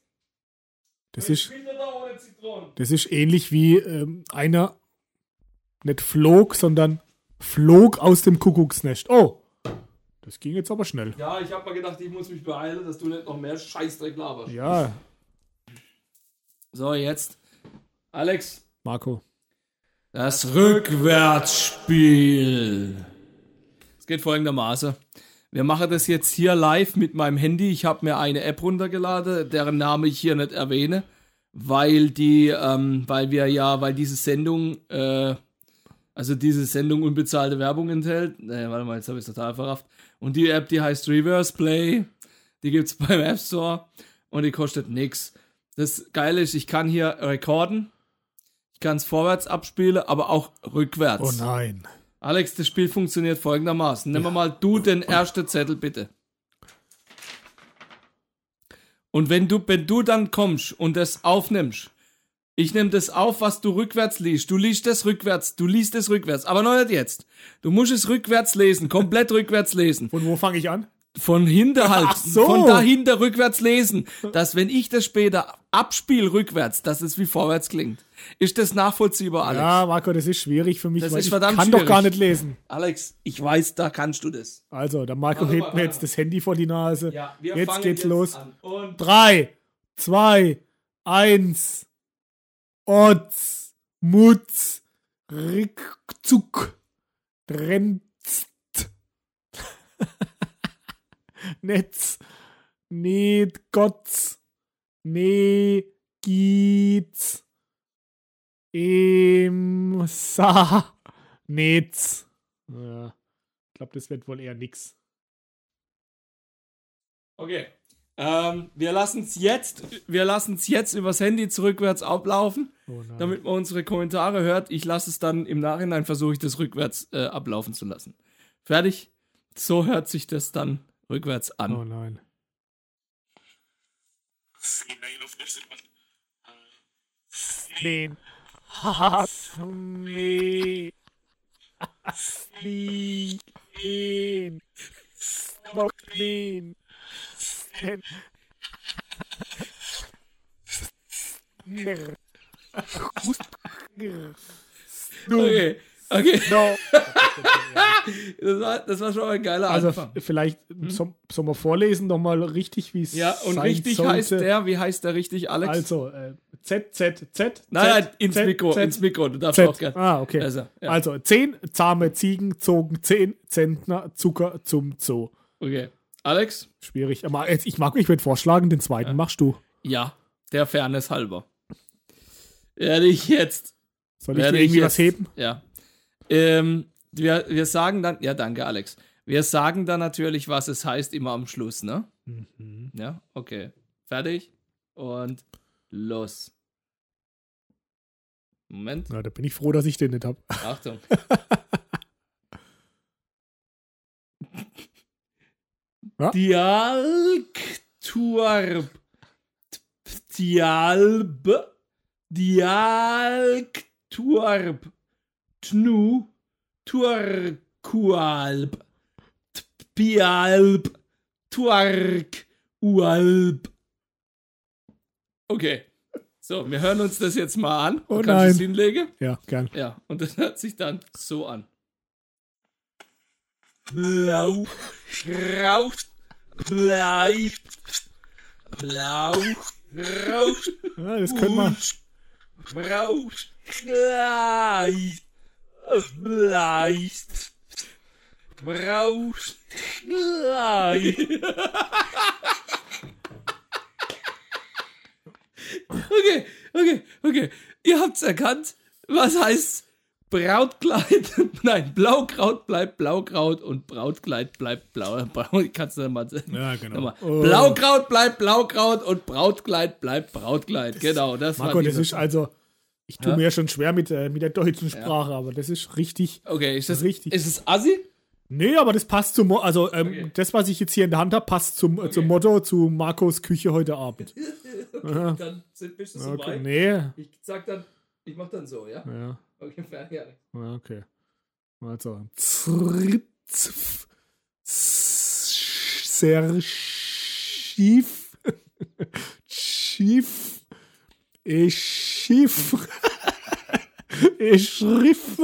B: Das ist,
A: bitte da ohne Zitronen.
B: das ist ähnlich wie ähm, einer nicht flog, sondern flog aus dem Kuckucksnest. Oh, das ging jetzt aber schnell.
A: Ja, ich hab mal gedacht, ich muss mich beeilen, dass du nicht noch mehr Scheißdreck laberst.
B: Ja,
A: So, jetzt. Alex.
B: Marco.
A: Das Rückwärtsspiel. Es geht folgendermaßen. Wir machen das jetzt hier live mit meinem Handy. Ich habe mir eine App runtergeladen, deren Name ich hier nicht erwähne, weil die, ähm, weil wir ja, weil diese Sendung, äh, also diese Sendung unbezahlte Werbung enthält. Nee, warte mal, jetzt habe ich total verrafft. Und die App, die heißt Reverse Play. Die gibt's beim App Store und die kostet nix. Das Geile ist, ich kann hier rekorden. Ich kann es vorwärts abspielen, aber auch rückwärts.
B: Oh nein.
A: Alex, das Spiel funktioniert folgendermaßen. Nimm mal du den ersten Zettel, bitte. Und wenn du, wenn du dann kommst und das aufnimmst, ich nehme das auf, was du rückwärts liest. Du liest das rückwärts, du liest es rückwärts, aber noch nicht jetzt. Du musst es rückwärts lesen, komplett rückwärts lesen.
B: Von wo fange ich an?
A: Von hinter halt,
B: Ach so.
A: von dahinter rückwärts lesen, dass wenn ich das später abspiel rückwärts, dass es wie vorwärts klingt. Ist das nachvollziehbar, Alex?
B: Ja, Marco, das ist schwierig für mich,
A: Das
B: weil
A: ist
B: ich kann
A: verdammt
B: doch gar
A: schwierig.
B: nicht lesen.
A: Alex, ich weiß, da kannst du das.
B: Also, der Marco
A: Warte mal,
B: hebt mir
A: warte
B: jetzt das Handy vor die Nase.
A: Ja, wir
B: jetzt
A: fangen
B: geht's
A: jetzt
B: los.
A: An. Und
B: Drei, zwei, eins. Otz, Mutz, Rickzuck, Drenzt, Netz, Net, Gotz, Ne, Gietz, Em, Sa, Netz. Ja, ich glaube, das wird wohl eher nix.
A: okay. Ähm, wir lassen es jetzt, wir lassen es jetzt übers Handy zurückwärts ablaufen,
B: Oh nein.
A: damit man unsere Kommentare hört. Ich lasse es dann im Nachhinein versuche ich das rückwärts äh, ablaufen zu lassen. Fertig. So hört sich das dann rückwärts an.
B: oh nein. den Hass mich. Flieg ihn. Stock ihn. Den. Snirr. Snirr. Snurr.
A: Okay, okay.
B: No.
A: Das war, das war schon mal ein geiler
B: Also
A: Anfang. Hm?
B: f- vielleicht soll soll man vorlesen nochmal richtig, wie es
A: Ja, und
B: sein
A: richtig
B: sollte.
A: heißt der, wie heißt der richtig, Alex?
B: Also, äh, Z, Z, Z.
A: nein,
B: Z,
A: nein, ins
B: Z,
A: Mikro,
B: Z,
A: ins Mikro. Du darfst auch
B: Z.
A: gerne.
B: Ah, okay.
A: Also,
B: Also,
A: ja.
B: zehn zahme Ziegen zogen zehn Zentner Zucker zum Zoo.
A: Okay. Alex?
B: Schwierig. Aber jetzt, ich mag mich mit vorschlagen, den zweiten machst du.
A: Ja, der Fairness halber. Ehrlich jetzt.
B: Soll ich dir
A: Werde
B: irgendwie
A: jetzt-
B: was heben?
A: Ja. Ähm, wir, wir sagen dann, ja, danke, Alex. Wir sagen dann natürlich, was es heißt, immer am Schluss, ne?
B: Mhm.
A: Ja, okay. Fertig und los. Moment,
B: Na, da bin ich froh, dass ich den nicht habe.
A: Achtung.
B: Ja?
A: Dialg, Turb, Dialb, Dialg, Turb, Tnu, Turkualb, Tpialb, Turk, Ualb. Okay. So, wir hören uns das jetzt mal an.
B: Oh
A: Kannst du es
B: nein.
A: hinlegen?
B: Ja, gern.
A: Ja, und das hört sich dann so an. Blau, raus, bleibt, blau, raus,
B: Ja, das können wir.
A: raus, gleich, bleibt, raus, gleich. Okay, okay, okay. Ihr habt's erkannt. Was heißt Brautkleid? Nein, Blaukraut bleibt Blaukraut und Brautkleid bleibt blau. Brau- Ich kann's nicht mal sagen.
B: Ja, genau.
A: Nochmal.
B: Oh.
A: Blaukraut bleibt Blaukraut und Brautkleid bleibt Brautkleid. genau, das
B: Marco,
A: war
B: das
A: diese-
B: ist also. Ich tue
A: Ja?
B: mir ja schon schwer mit, äh, mit der deutschen Sprache, aber das ist richtig.
A: Okay, ist das
B: Richtig.
A: Ist es Assi?
B: Nee, aber das passt zum. Mo- Also, ähm, das, was ich jetzt hier in der Hand habe, passt zum, äh, zum Motto zu Marcos Küche heute Abend.
A: Dann sind, bist du so
B: Okay,
A: weit.
B: nee.
A: Ich sag dann, ich mach dann so, ja?
B: Ja.
A: Okay, fertig. Alex.
B: Ja, okay. Also. Zritzf. Sehr schief. Schief. Ich schief. Ich schriff.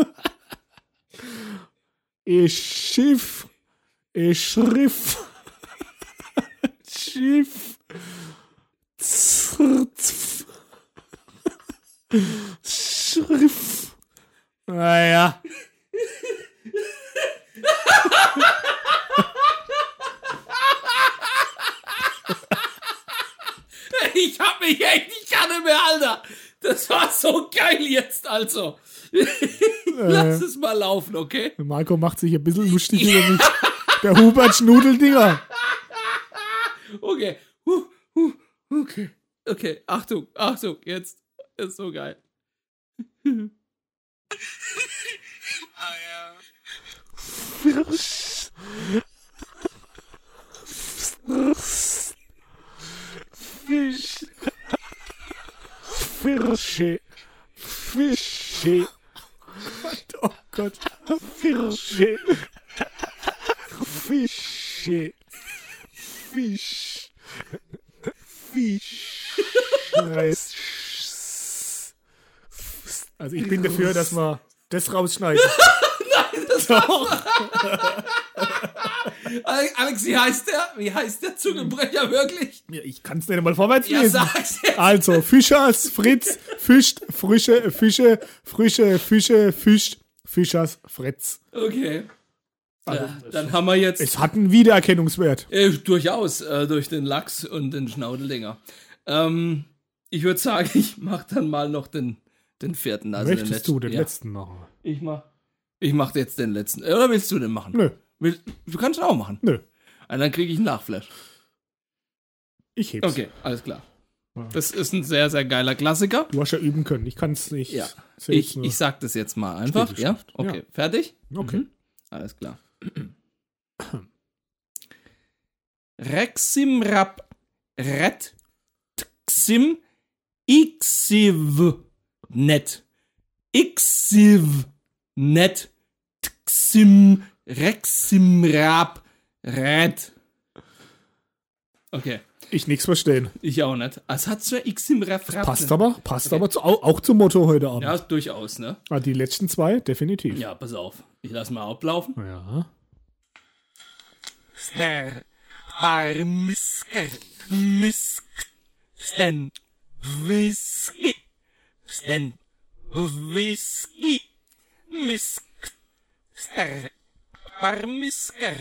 B: Ich schiff. Ich schriff. Schiff. Zrtzf. Schriff. Naja.
A: mich echt die Kanne mehr, Alter. Das war so geil jetzt, also.
B: Äh.
A: Lass es mal laufen, okay?
B: Marco macht sich ein bisschen lustig über mich. Der Hubert Schnudeldinger.
A: Okay. Huh, huh, okay. Okay, Achtung, Achtung, jetzt. Ist so geil.
D: Fisch. Firsche. Fische.
B: Oh Gott.
D: Firsche. Fische. Fisch. Fisch. Reis.
B: Also ich bin dafür, dass man das rausschneiden.
A: Ale- Alex, wie heißt der? Wie heißt der Zungenbrecher wirklich?
B: Ja, ich kann es nicht mal vorwärts
A: Ja,
B: lesen.
A: sag's jetzt.
B: Also, Fischers Fritz fischt frische Fische, frische Fische fischt Fischers Fritz. Also,
A: Okay. Ja, dann haben wir jetzt.
B: Es hat einen Wiedererkennungswert.
A: Äh, durchaus, äh, durch den Lachs und den Schnaudeldinger. Ähm, ich würde sagen, ich mach dann mal noch den, den vierten. Also den
B: Möchtest
A: letzten,
B: du den
A: ja.
B: letzten machen?
A: Ich mach. Ich mach jetzt den letzten. Äh, Oder willst du den machen?
B: Nö,
A: Will, du kannst ihn auch machen.
B: nö.
A: Und dann kriege ich einen Nachflash.
B: Ich heb's.
A: Okay, alles klar. Das ist ein sehr, sehr geiler Klassiker.
B: Du hast ja üben können. Ich kann es nicht.
A: Ja.
B: seh's
A: Ich,
B: nur.
A: ich sag das jetzt mal einfach. Ja?
B: Stillgeschafft, ja.
A: Okay, fertig?
B: okay.
A: Mhm. Alles klar. Rexim rap ret xim ixiv net ixiv net xim rexim rap ret. Okay,
B: Ich nichts verstehen.
A: ich auch nicht. Es hat zwar xim rap rap.
B: Passt aber, passt aber zu, au- auch zum Motto heute Abend.
A: Ja, durchaus, ne?
B: Ah, die letzten zwei, definitiv.
A: Ja, pass auf. Ich lass mal ablaufen.
B: Ja.
D: Snär. Har misker. Misk. Sten. Whisky. Sten. Whisky. Misk. Snär. Har misker.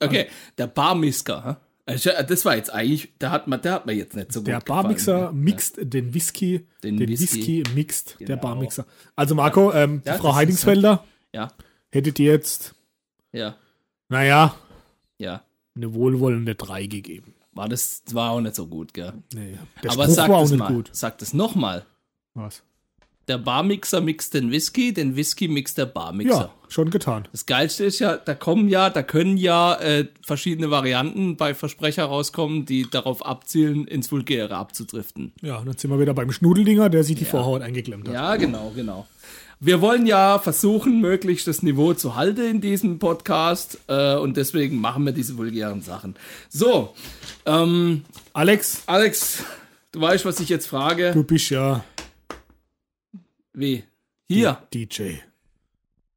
A: Okay, der Barmisker, hä? Also, das war jetzt eigentlich, da hat man, da hat man jetzt nicht so gut
B: Der
A: gefallen, ne?
B: Barmixer mixt den Whisky,
A: Den
B: den,
A: Whisky.
B: Whisky. mixt der
A: Genau.
B: Barmixer. Also Marco, ähm,
A: Ja,
B: die Frau
A: das ist
B: Heidingsfelder,
A: Ja,
B: hättet ihr jetzt,
A: ja,
B: naja,
A: ja.
B: eine wohlwollende 3 gegeben.
A: War das das war auch nicht so gut, gell?
B: Nee, der
A: Aber
B: Spruch
A: sag
B: war auch
A: das
B: nicht
A: mal,
B: gut.
A: sag das nochmal.
B: Was?
A: Der Barmixer mixt den Whisky, den Whisky mixt der Barmixer.
B: Ja, schon getan.
A: Das Geilste ist ja, da kommen ja, da können ja äh, verschiedene Varianten bei Versprecher rauskommen, die darauf abzielen, ins Vulgäre abzudriften.
B: Ja, dann sind wir wieder beim Schnudeldinger, der sich die Vorhaut eingeklemmt hat.
A: Ja, genau, genau. Wir wollen ja versuchen, möglichst das Niveau zu halten in diesem Podcast äh, und deswegen machen wir diese vulgären Sachen. So, ähm,
B: Alex,
A: Alex, du weißt, was ich jetzt frage.
B: du bist ja
A: Wie? Hier.
B: DJ.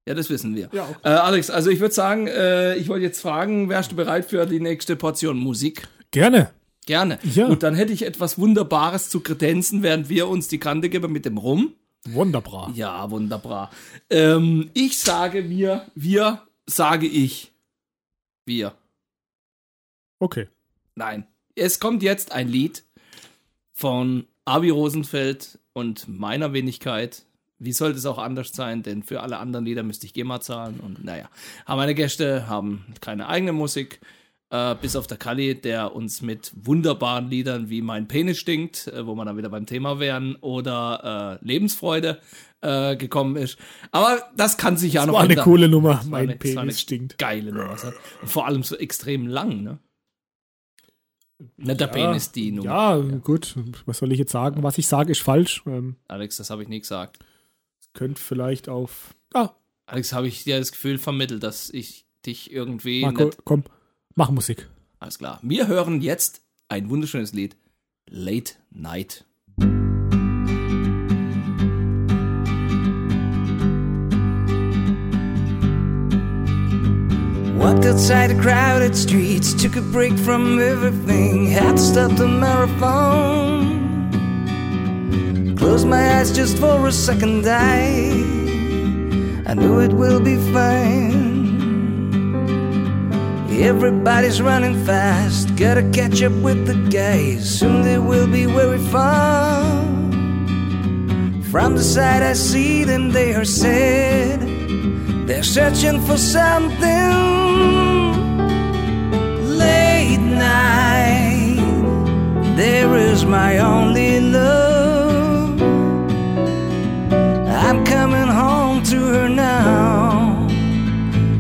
A: Ja, das wissen wir.
B: Ja, okay.
A: äh, Alex, also ich würde sagen, äh, ich wollte jetzt fragen, wärst du bereit für die nächste Portion Musik?
B: Gerne.
A: Gerne.
B: Ja.
A: Gut, dann hätte ich etwas Wunderbares zu kredenzen, während wir uns die Kante geben mit dem Rum.
B: Wunderbar.
A: Ja, wunderbar. Ähm, ich sage mir, wir sage ich. Wir.
B: Okay.
A: Nein. Es kommt jetzt ein Lied von Abi Rosenfeld und meiner Wenigkeit. Wie sollte es auch anders sein? Denn für alle anderen Lieder müsste ich GEMA zahlen. Und naja, haben meine Gäste, haben keine eigene Musik. Äh, bis auf der Kalli, der uns mit wunderbaren Liedern wie Mein Penis stinkt, äh, wo wir dann wieder beim Thema wären, oder äh, Lebensfreude äh, gekommen ist. Aber das kann sich ja noch
B: War eine
A: ändern.
B: coole Nummer.
A: war
B: Mein
A: eine- das war eine-
B: Penis stinkt.
A: Geile Nummer. Und vor allem so extrem lang, ne? Nicht der
B: Ja,
A: Penis, die Nummer.
B: Ja, gut. Was soll ich jetzt sagen? Was ich sage, ist falsch. Ähm,
A: Alex, das habe ich nie gesagt.
B: könnte vielleicht auf. Ah,
A: Alex, habe ich dir das Gefühl vermittelt, dass ich dich irgendwie
B: Marco,
A: nicht.
B: komm, mach Musik.
A: Alles klar. Wir hören jetzt ein wunderschönes Lied. Late Night.
C: Walked outside the crowded streets, took a break from everything, had to stop the marathon. Closed my eyes just for a second, I, I know it will be fine. Everybody's running fast, gotta catch up with the guys. Soon they will be very far. From the side I see them, they are sad. They're searching for something. Late night, there is my only love. I'm coming home to her now.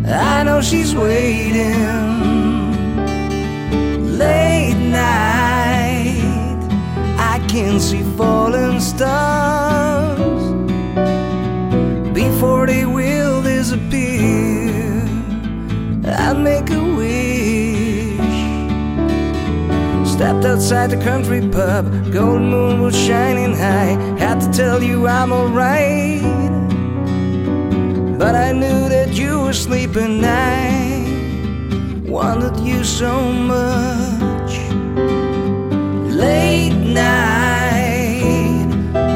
C: I know she's waiting. Late night, I can see falling stars before they will disappear. I make a wish. Stepped outside the country pub, gold moon was shining high. Had to tell you I'm alright. But I knew that you were sleeping. I wanted you so much. Late night,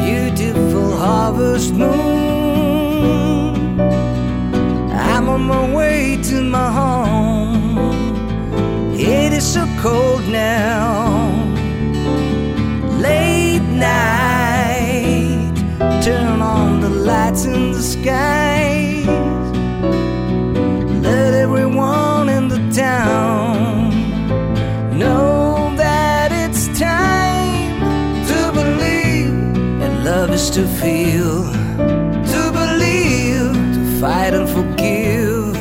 C: beautiful harvest moon. I'm on my way to my home. It is so cold now late night. Turn on the lights in the skies. Let everyone in the town know that it's time to believe and love is to feel. To believe, to fight and forgive.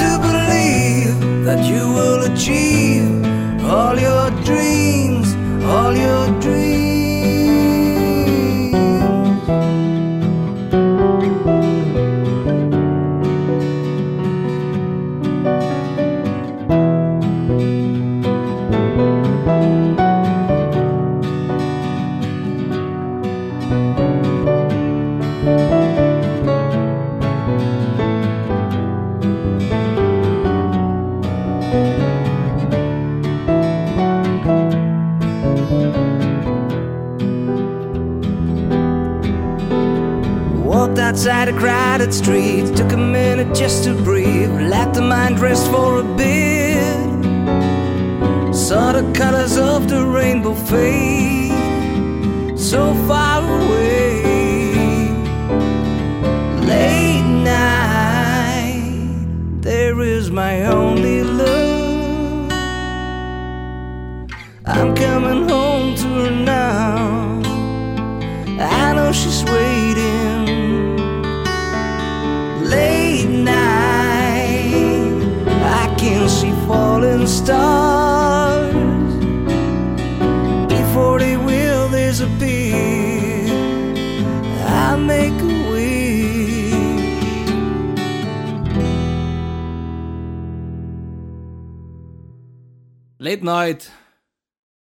C: To believe that you will achieve all your dreams, all your dreams. Walked outside a crowded street, took a minute just to breathe, let the mind rest for a bit. Saw the colors of the rainbow fade so far away. Late night, there is my only love. I'm coming home to her now. I know she's waiting. Late night, I can see falling stars before they will disappear. I make a wish.
A: Late Night.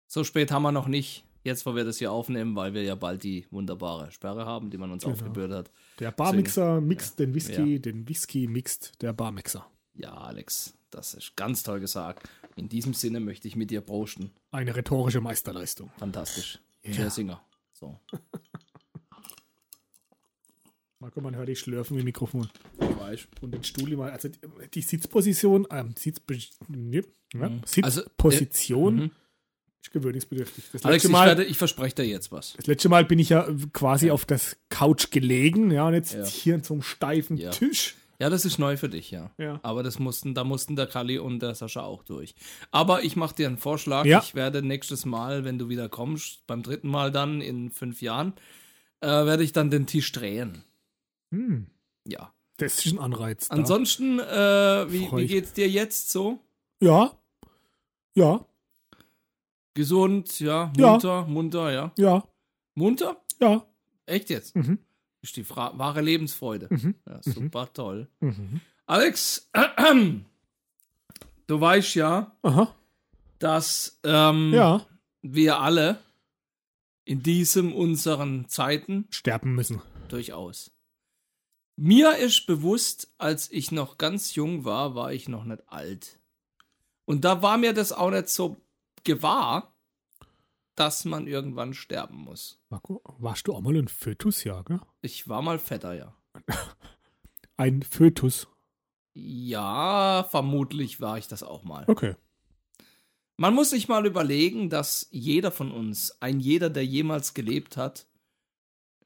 A: So spät haben wir noch nicht. Jetzt, wo wir das hier aufnehmen, weil wir ja bald die wunderbare Sperre haben, die man uns
B: Genau.
A: aufgebürdet hat.
B: Der Barmixer mixt den Whisky, den Whisky mixt der Barmixer.
A: Ja, Alex, das ist ganz toll gesagt. In diesem Sinne möchte ich mit dir prosten.
B: Eine rhetorische Meisterleistung.
A: Fantastisch.
B: Ja.
A: Cheers, Singer. So.
B: Marco, man hört dich schlürfen im Mikrofon.
A: Falsch.
B: Und den Stuhl immer. Also die- die Sitzposition, ähm, Sitzbe ne, ja,
A: Also,
B: Sitzposition
A: äh, mhm.
B: ist gewöhnungsbedürftig. Das
A: Alex,
B: letzte,
A: ich,
B: Mal,
A: werde, ich verspreche dir jetzt was.
B: das letzte Mal bin ich ja äh, quasi auf das Couch gelegen, ja, und jetzt
A: Ja.
B: hier in so einem steifen
A: Ja.
B: Tisch.
A: Ja, das ist neu für dich, ja.
B: Ja.
A: Aber das mussten, da mussten der Kali und der Sascha auch durch. Aber ich mache dir einen Vorschlag.
B: Ja.
A: Ich werde nächstes Mal, wenn du wieder kommst, beim dritten Mal dann in fünf Jahren, äh, werde ich dann den Tisch drehen.
B: Hm,
A: Ja.
B: das ist ein Anreiz. da.
A: Ansonsten, äh, wie,
B: Freu
A: wie
B: ich-
A: geht's dir jetzt so?
B: Ja. Ja,
A: Gesund, ja,
B: Ja.
A: munter, munter, ja.
B: ja,
A: Munter?
B: ja.
A: Echt jetzt?
B: Mhm.
A: Ist die Fra wahre Lebensfreude.
B: Mhm.
A: Ja, super toll.
B: Mhm.
A: Alex, du weißt ja,
B: Aha.
A: dass ähm,
B: Ja.
A: wir alle in diesem unseren Zeiten
B: Sterben müssen.
A: durchaus. Mir ist bewusst, als ich noch ganz jung war, war ich noch nicht alt. Und da war mir das auch nicht so gewahr, dass man irgendwann sterben muss.
B: Marco, warst du auch mal ein Fötus, ja, gell?
A: Ich war mal fetter, ja.
B: Ein Fötus.
A: Ja, vermutlich war ich das auch mal.
B: Okay.
A: Man muss sich mal überlegen, dass jeder von uns, ein jeder, der jemals gelebt hat,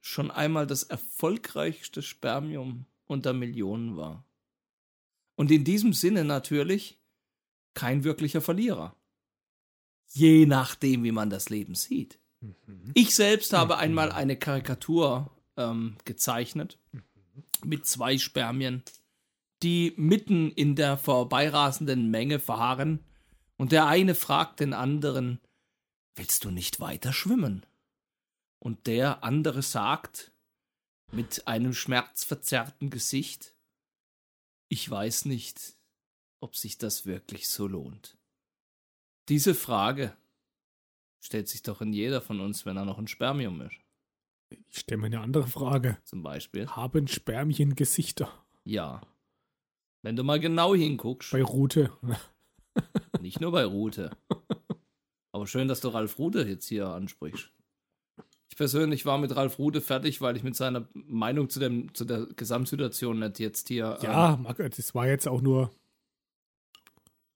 A: schon einmal das erfolgreichste Spermium unter Millionen war. Und in diesem Sinne natürlich kein wirklicher Verlierer. Je nachdem, wie man das Leben sieht.
B: Mhm.
A: Ich selbst habe einmal eine Karikatur ähm, gezeichnet mit zwei Spermien, die mitten in der vorbeirasenden Menge verharren und der eine fragt den anderen, willst du nicht weiter schwimmen? Und der andere sagt mit einem schmerzverzerrten Gesicht, ich weiß nicht, ob sich das wirklich so lohnt. Diese Frage stellt sich doch in jeder von uns, wenn er noch ein Spermium ist,
B: Ich stelle mir eine andere Frage.
A: zum Beispiel.
B: Haben Spermien Gesichter?
A: Ja. Wenn du mal genau hinguckst,
B: Bei Rute.
A: nicht nur bei Rute. Aber schön, dass du Ralf Rute jetzt hier ansprichst. Ich persönlich war mit Ralf Rute fertig, weil ich mit seiner Meinung zu, dem, zu der Gesamtsituation nicht jetzt hier. ähm,
B: Ja, Marc, das war jetzt auch nur.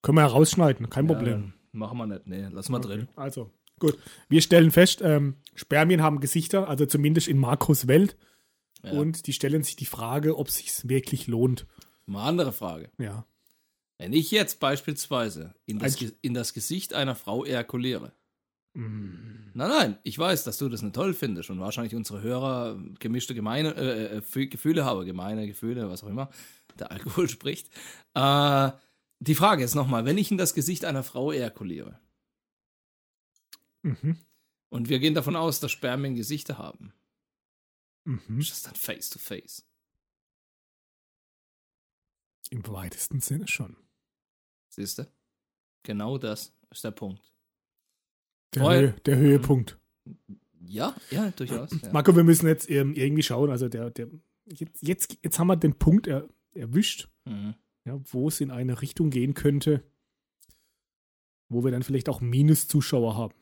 B: Können wir ja rausschneiden, kein Problem.
A: Ja, machen wir nicht. Nee, lass mal drin.
B: Also, gut. Wir stellen fest, ähm, Spermien haben Gesichter, also zumindest in Markus Welt.
A: Ja.
B: Und die stellen sich die Frage, ob sich's wirklich lohnt.
A: Mal andere Frage.
B: Ja.
A: Wenn ich jetzt beispielsweise in das,
B: Ein-
A: Ge- in das Gesicht einer Frau ejakuliere. Nein, nein, ich weiß, dass du das nicht toll findest und wahrscheinlich unsere Hörer gemischte gemeine, äh, äh, Fü- Gefühle haben, gemeine Gefühle, was auch immer, der Alkohol spricht. Äh, die Frage ist nochmal, wenn ich in das Gesicht einer Frau ejakuliere
B: Mhm.
A: und wir gehen davon aus, dass Spermien Gesichter haben,
B: Mhm.
A: ist das dann face-to-face?
B: Im weitesten Sinne schon.
A: Siehst du? Genau das ist der Punkt.
B: Der,
A: Voll.
B: Höhe, der Höhepunkt.
A: Ja, ja, durchaus. Ja.
B: Marco, wir müssen jetzt ähm, irgendwie schauen. Also der, der jetzt, jetzt, jetzt haben wir den Punkt er, erwischt,
A: Mhm.
B: ja, wo es in eine Richtung gehen könnte, wo wir dann vielleicht auch Minus-Zuschauer haben.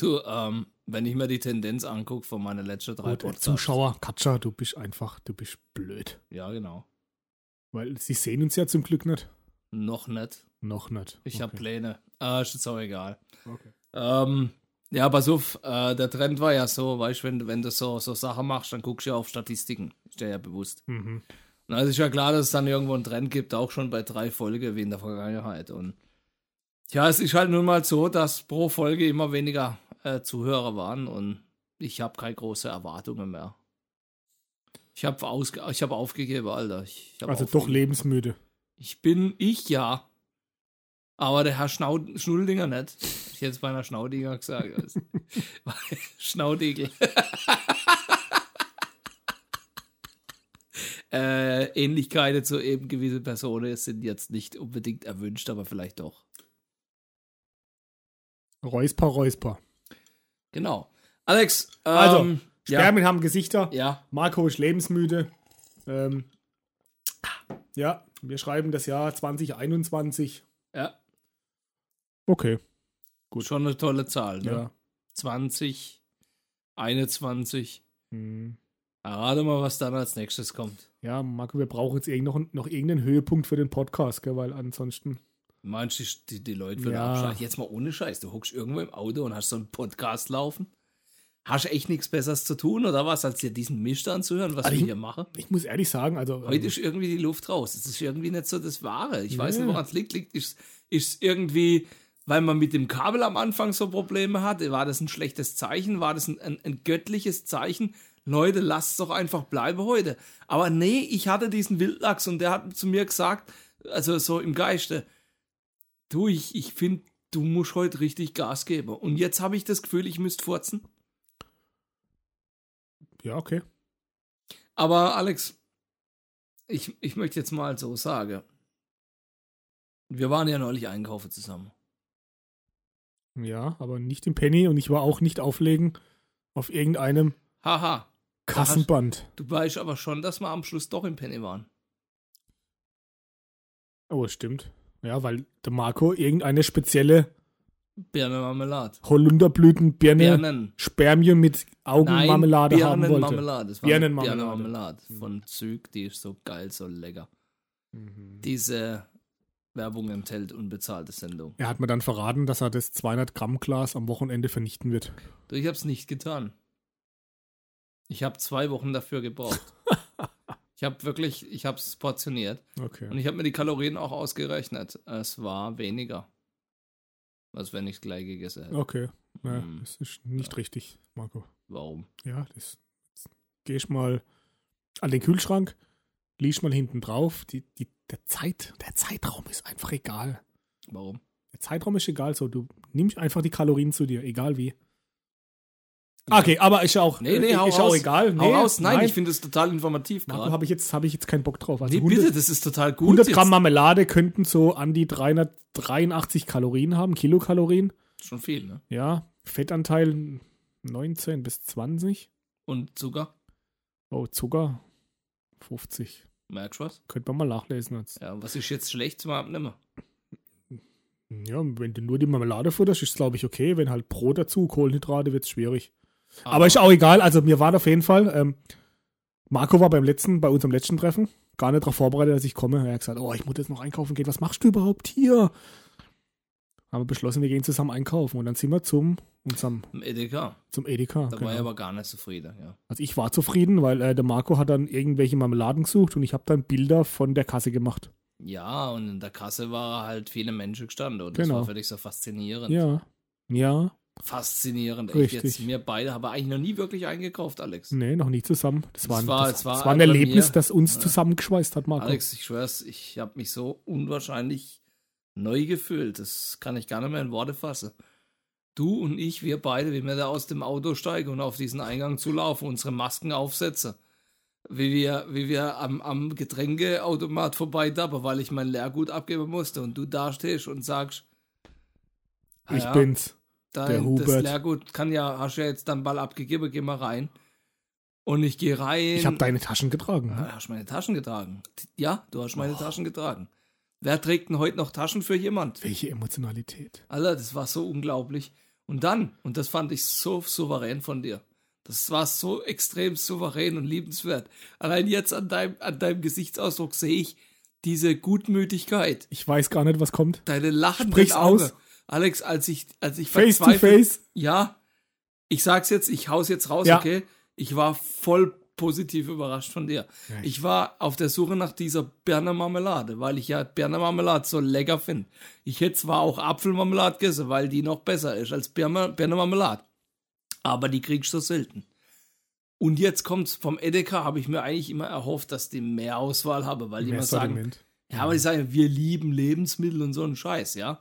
A: Du, ähm, wenn ich mir die Tendenz angucke von meinen letzten drei
B: Gut, äh, Zuschauer, Katja, du bist einfach, du bist blöd.
A: Ja, genau.
B: Weil sie sehen uns ja zum Glück nicht.
A: Noch nicht.
B: Noch nicht.
A: Ich habe
B: Okay.
A: Pläne. Äh, ist jetzt auch egal.
B: Okay.
A: Ähm, ja, pass auf, äh, der Trend war ja so, weißt du, wenn, wenn du so, so Sachen machst, dann guckst du ja auf Statistiken. Ist dir ja bewusst.
B: Mhm.
A: Und also ist ja klar, dass es dann irgendwo einen Trend gibt, auch schon bei drei Folgen wie in der Vergangenheit. Und ja, es ist halt nun mal so, dass pro Folge immer weniger äh, Zuhörer waren und ich habe keine große Erwartungen mehr. Ich habe hab aufgegeben, Alter. Ich, ich hab
B: Also doch
A: aufgegeben.
B: lebensmüde.
A: Ich bin ich ja. Aber der Herr Schnau Schnuldinger nicht. Hätte Ich jetzt bei einer Schnaudinger gesagt. Also, Schnaudigel. äh, Ähnlichkeiten zu eben gewissen Personen sind jetzt nicht unbedingt erwünscht, aber vielleicht doch.
B: Räusper, Räusper.
A: Genau. Alex, ähm,
B: Also,
A: ja,
B: Spermien haben Gesichter.
A: ja,
B: Marco ist lebensmüde. Ähm, ja, wir schreiben das Jahr 2021.
A: ja,
B: Okay.
A: gut. Schon eine tolle Zahl, ne?
B: Ja.
A: 20, 21.
B: Hm.
A: Errate mal, was dann als nächstes kommt.
B: Ja, Marco, wir brauchen jetzt irgend noch, noch irgendeinen Höhepunkt für den Podcast, gell? weil ansonsten.
A: Meinst du, die, die Leute würden
B: Ja.
A: abschalten? Jetzt mal ohne Scheiß. Du hockst irgendwo im Auto und hast so einen Podcast laufen. Hast du echt nichts Besseres zu tun oder was, als dir diesen Mist anzuhören, was
B: Also
A: wir
B: ich-
A: hier machen?
B: Ich muss ehrlich sagen, also. ähm,
A: Heute ist irgendwie die Luft raus. Es ist irgendwie nicht so das Wahre. Ich weiß
B: Nee.
A: nicht, woran es liegt. Liegt ist, ist irgendwie, weil man mit dem Kabel am Anfang so Probleme hatte. War das ein schlechtes Zeichen? War das ein, ein, ein göttliches Zeichen? Leute, lasst es doch einfach bleiben heute. Aber nee, ich hatte diesen Wildlachs und der hat zu mir gesagt, also so im Geiste, du, ich, ich finde, du musst heute richtig Gas geben. Und jetzt habe ich das Gefühl, ich müsste furzen.
B: ja, okay.
A: Aber Alex, ich, ich möchte jetzt mal so sagen. Wir waren ja neulich einkaufen zusammen.
B: Ja, aber nicht im Penny und ich war auch nicht auflegen auf irgendeinem
A: Haha,
B: Kassenband.
A: du weißt aber schon, dass wir am Schluss doch im Penny waren.
B: Oh, stimmt. Ja, weil der Marco irgendeine spezielle
A: Birne Marmelade.
B: Holunderblütenbirne
A: Birnen.
B: Spermien mit Augenmarmelade haben wollte.
A: Birnenmarmelade. Das war eine
B: Birnenmarmelade.
A: Birnenmarmelade von Züg, die ist so geil, so lecker.
B: Mhm.
A: diese Werbung enthält unbezahlte Sendung.
B: Er hat mir dann verraten, dass er das 200 Gramm Glas am Wochenende vernichten wird.
A: Du, Ich hab's nicht getan. Ich habe zwei Wochen dafür gebraucht. ich habe wirklich, ich hab's portioniert. Und
B: Okay.
A: ich habe mir die Kalorien auch ausgerechnet. Es war weniger. Als wenn ich gleich gegessen hätte.
B: Okay. Ja,
A: Hm.
B: das ist nicht richtig, Marco.
A: Warum?
B: Ja, das. Jetzt geh ich mal an den Kühlschrank, lieg mal hinten drauf. Die, die, der, Zeit, der Zeitraum ist einfach egal.
A: Warum?
B: Der Zeitraum ist egal, so du nimmst einfach die Kalorien zu dir, egal wie. Ah, Okay, aber ist ja auch,
A: Nee,
B: äh,
A: nee,
B: ist
A: hau
B: ja auch
A: raus.
B: egal. Nee,
A: Hau raus, nein, ich finde es total informativ
B: Marco,
A: gerade.
B: habe ich, jetzt- hab ich jetzt keinen Bock drauf. Also
A: Nee,
B: 100,
A: bitte, das ist total gut.
B: 100
A: jetzt.
B: Gramm Marmelade könnten so an die 383 Kalorien haben, Kilokalorien.
A: Schon viel, ne?
B: Ja, Fettanteil 19 bis 20.
A: Und Zucker?
B: Oh, Zucker 50.
A: Merkst du was?
B: Könnte man mal nachlesen jetzt.
A: Ja, was ich jetzt schlecht zum Abnehmen?
B: Ja, wenn du nur die Marmelade futterst, ist glaube ich okay. Wenn halt Brot dazu, Kohlenhydrate, wird es schwierig.
A: Ah.
B: Aber ist auch egal. Also mir war auf jeden Fall, ähm, Marco war beim letzten, bei unserem letzten Treffen gar nicht darauf vorbereitet, dass ich komme. Er hat gesagt, oh, ich muss jetzt noch einkaufen gehen. Was machst du überhaupt hier? Haben wir beschlossen, wir gehen zusammen einkaufen. Und dann sind wir zum, unserem,
A: Im Edeka.
B: zum Edeka.
A: Da war ich
B: genau.
A: aber gar nicht zufrieden, ja.
B: Also ich war zufrieden, weil äh, der Marco hat dann irgendwelche Marmeladen gesucht und ich habe dann Bilder von der Kasse gemacht.
A: Ja, und in der Kasse war halt viele Menschen gestanden und das
B: Genau.
A: war völlig so faszinierend.
B: Ja. Ja.
A: Faszinierend. Echt
B: Richtig.
A: jetzt, wir beide haben eigentlich noch nie wirklich eingekauft, Alex.
B: Nee, noch nie zusammen. Das
A: Es
B: war ein,
A: war-
B: das,
A: es war
B: das war ein
A: bei
B: Erlebnis,
A: mir-
B: das uns zusammengeschweißt hat, Marco.
A: Alex, ich schwör's, ich habe mich so unwahrscheinlich neu gefühlt. Das kann ich gar nicht mehr in Worte fassen. Du und ich, wir beide, wie wir da aus dem Auto steigen und auf diesen Eingang zulaufen, unsere Masken aufsetzen. Wie wir, wie wir am, am Getränkeautomat vorbeidappen, weil ich mein Lehrgut abgeben musste und du da stehst und sagst, "Ah
B: ich
A: ja,
B: bin's.
A: Da,
B: Der
A: Das
B: Hubert.
A: Lehrgut kann ja, hast ja jetzt dann Ball abgegeben, geh mal rein. Und ich gehe rein.
B: Ich habe deine Taschen getragen. Ne?
A: Ah, Hast meine Taschen getragen? Ja, du hast meine Taschen getragen. Wer trägt denn heute noch Taschen für jemand?
B: Welche Emotionalität.
A: Alter, das war so unglaublich. Und dann, und das fand ich so souverän von dir. Das war so extrem souverän und liebenswert. Allein jetzt an deinem, an deinem Gesichtsausdruck sehe ich diese Gutmütigkeit,
B: Ich weiß gar nicht, was kommt.
A: deine lachenden
B: Sprich's
A: Augen.
B: aus.
A: Alex, als ich, als ich
B: Face to
A: verzweifelt-
B: face.
A: Ja, ich sag's jetzt, ich hau's jetzt raus,
B: Ja.
A: okay? Ich war voll positiv überrascht von dir. Ich war auf der Suche nach dieser Berner Marmelade, weil ich ja Berner Marmelade so lecker finde. Ich hätte zwar auch Apfelmarmelade gegessen, weil die noch besser ist als Berner, Berner Marmelade. Aber die kriegst du selten. Und jetzt kommt's, vom Edeka habe ich mir eigentlich immer erhofft, dass die mehr Auswahl habe, weil die
B: Mehr
A: immer sagen,
B: Sortiment.
A: ja, aber ich sage, wir lieben Lebensmittel und so einen Scheiß, ja.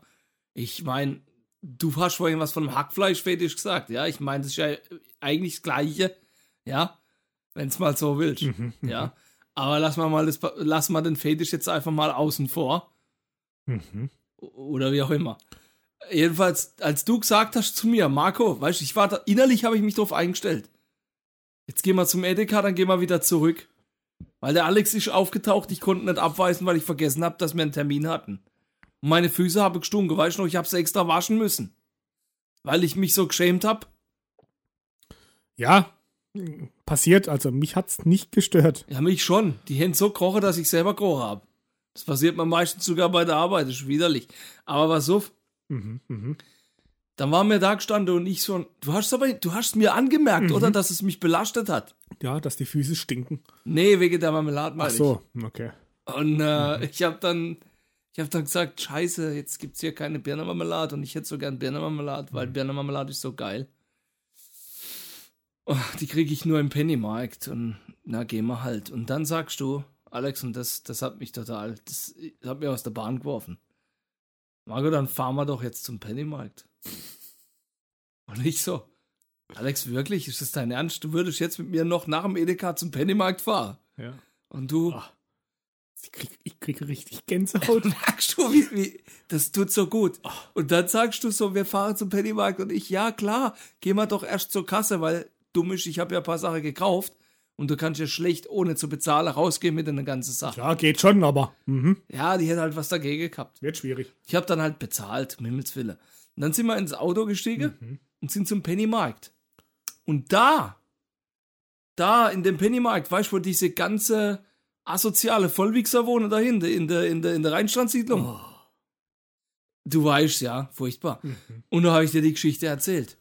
A: Ich meine, du hast vorhin was von einem Hackfleischfetisch gesagt, ja. Ich meine, das ist ja eigentlich das Gleiche, ja, wenn es mal so willst, ja. Aber lass mal, mal das, lass mal den Fetisch jetzt einfach mal außen vor
B: Mhm.
A: oder wie auch immer. Jedenfalls, als du gesagt hast zu mir, Marco, weißt du, ich war da, innerlich habe ich mich drauf eingestellt. Jetzt gehen wir zum Edeka, dann gehen wir wieder zurück. Weil der Alex ist aufgetaucht, ich konnte nicht abweisen, weil ich vergessen habe, dass wir einen Termin hatten. Und meine Füße habe gestunken, weißt du noch, ich habe sie extra waschen müssen. Weil ich mich so geschämt habe.
B: Ja, passiert. Also mich hat's nicht gestört.
A: Ja, mich schon. Die Hände so kroche, dass ich selber kroche habe. Das passiert mir meistens sogar bei der Arbeit, das ist widerlich. Aber was auf,
B: Mhm. Mhm.
A: Dann waren wir da gestanden und ich so, du hast aber, du hast mir angemerkt,
B: Mhm.
A: oder, dass es mich belastet hat.
B: Ja, dass die Füße stinken.
A: Nee, wegen der Marmelade meine
B: Ach so, okay.
A: ich. Und äh, ich habe dann, ich habe dann gesagt, scheiße, jetzt gibt's hier keine Birnenmarmelade und ich hätte so gern Birnenmarmelade, weil Birnenmarmelade ist so geil. Oh, die kriege ich nur im Pennymarkt und na, gehen wir halt. Und dann sagst du, Alex, und das, das hat mich total, das hat mir aus der Bahn geworfen. Marco, dann fahren wir doch jetzt zum Pennymarkt. Und ich so, Alex, wirklich, ist das dein Ernst? Du würdest jetzt mit mir noch nach dem Edeka zum Pennymarkt fahren?
B: Ja.
A: Und du,
B: Ach. Ich krieg, ich krieg richtig Gänsehaut.
A: merkst du, wie, wie, das tut so gut. Und dann sagst du so, wir fahren zum Pennymarkt und ich, ja klar, geh mal doch erst zur Kasse, weil dumm ist, ich habe ja ein paar Sachen gekauft und du kannst ja schlecht ohne zu bezahlen rausgehen mit einer ganzen Sache.
B: ja, geht schon, aber mhm.
A: Ja, die hätte halt was dagegen gehabt.
B: wird schwierig.
A: Ich habe dann halt bezahlt, um Himmels Willen. Und dann sind wir ins Auto
B: Hm.
A: gestiegen
B: Mhm,
A: und sind zum Pennymarkt. Und da, da in dem Pennymarkt, weißt du, wo diese ganze asoziale Vollwichser wohnen da hinten in der, in der, in der Rheinstrandsiedlung. Du weißt, ja, furchtbar.
B: mhm.
A: Und da habe ich dir die Geschichte erzählt.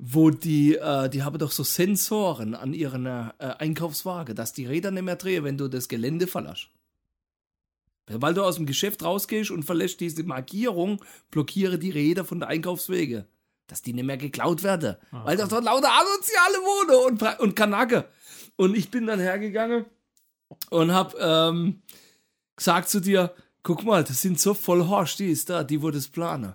A: Wo die, äh, die haben doch so Sensoren an ihren äh, Einkaufswaage, dass die Räder nicht mehr drehen, wenn du das Gelände verlässt. Weil du aus dem Geschäft rausgehst und verlässt diese Markierung, blockiere die Räder von der Einkaufswege. Dass die nicht mehr geklaut werden. Weil das dort lauter asoziale wohne und, Pra- und Kanake. Und ich bin dann hergegangen und hab ähm, gesagt zu dir, guck mal, das sind so voll Horst, die ist da, die wo das planen.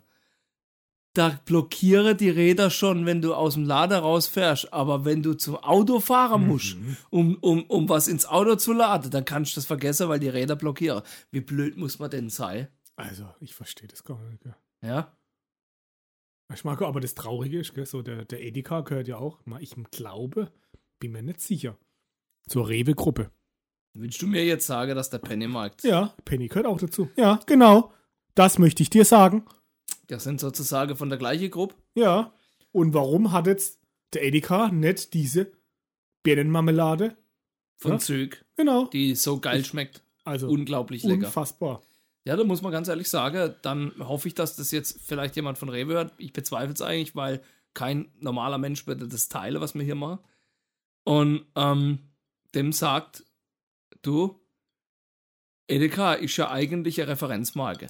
A: Da blockiere die Räder schon, wenn du aus dem Lader rausfährst, aber wenn du zum Auto
B: Mhm.
A: fahren musst, um, um, um was ins Auto zu laden, dann kannst du das vergessen, weil die Räder blockieren. Wie blöd muss man denn sein?
B: Also, ich verstehe das gar nicht. Gell.
A: Ja?
B: Ich mag aber das Traurige ist, gell, so der, der Edeka gehört ja auch. mal, Ich glaube, bin mir nicht sicher. Zur Rewe-Gruppe.
A: Willst du mir jetzt sagen, dass der Pennymarkt,
B: Ja, Penny gehört auch dazu. Ja, genau. Das möchte ich dir sagen.
A: das sind sozusagen von der gleichen Gruppe?
B: Ja. Und warum hat jetzt der Edeka nicht diese Birnenmarmelade?
A: Von
B: Ja.
A: Züg,
B: Genau.
A: die so geil schmeckt.
B: also
A: Unglaublich lecker.
B: unfassbar.
A: Ja, da muss man ganz ehrlich sagen, dann hoffe ich, dass das jetzt vielleicht jemand von Rewe hört. Ich bezweifle es eigentlich, weil kein normaler Mensch würde das teilen, was wir hier machen. Und ähm, dem sagt, du, Edeka ist ja eigentlich eine Referenzmarke.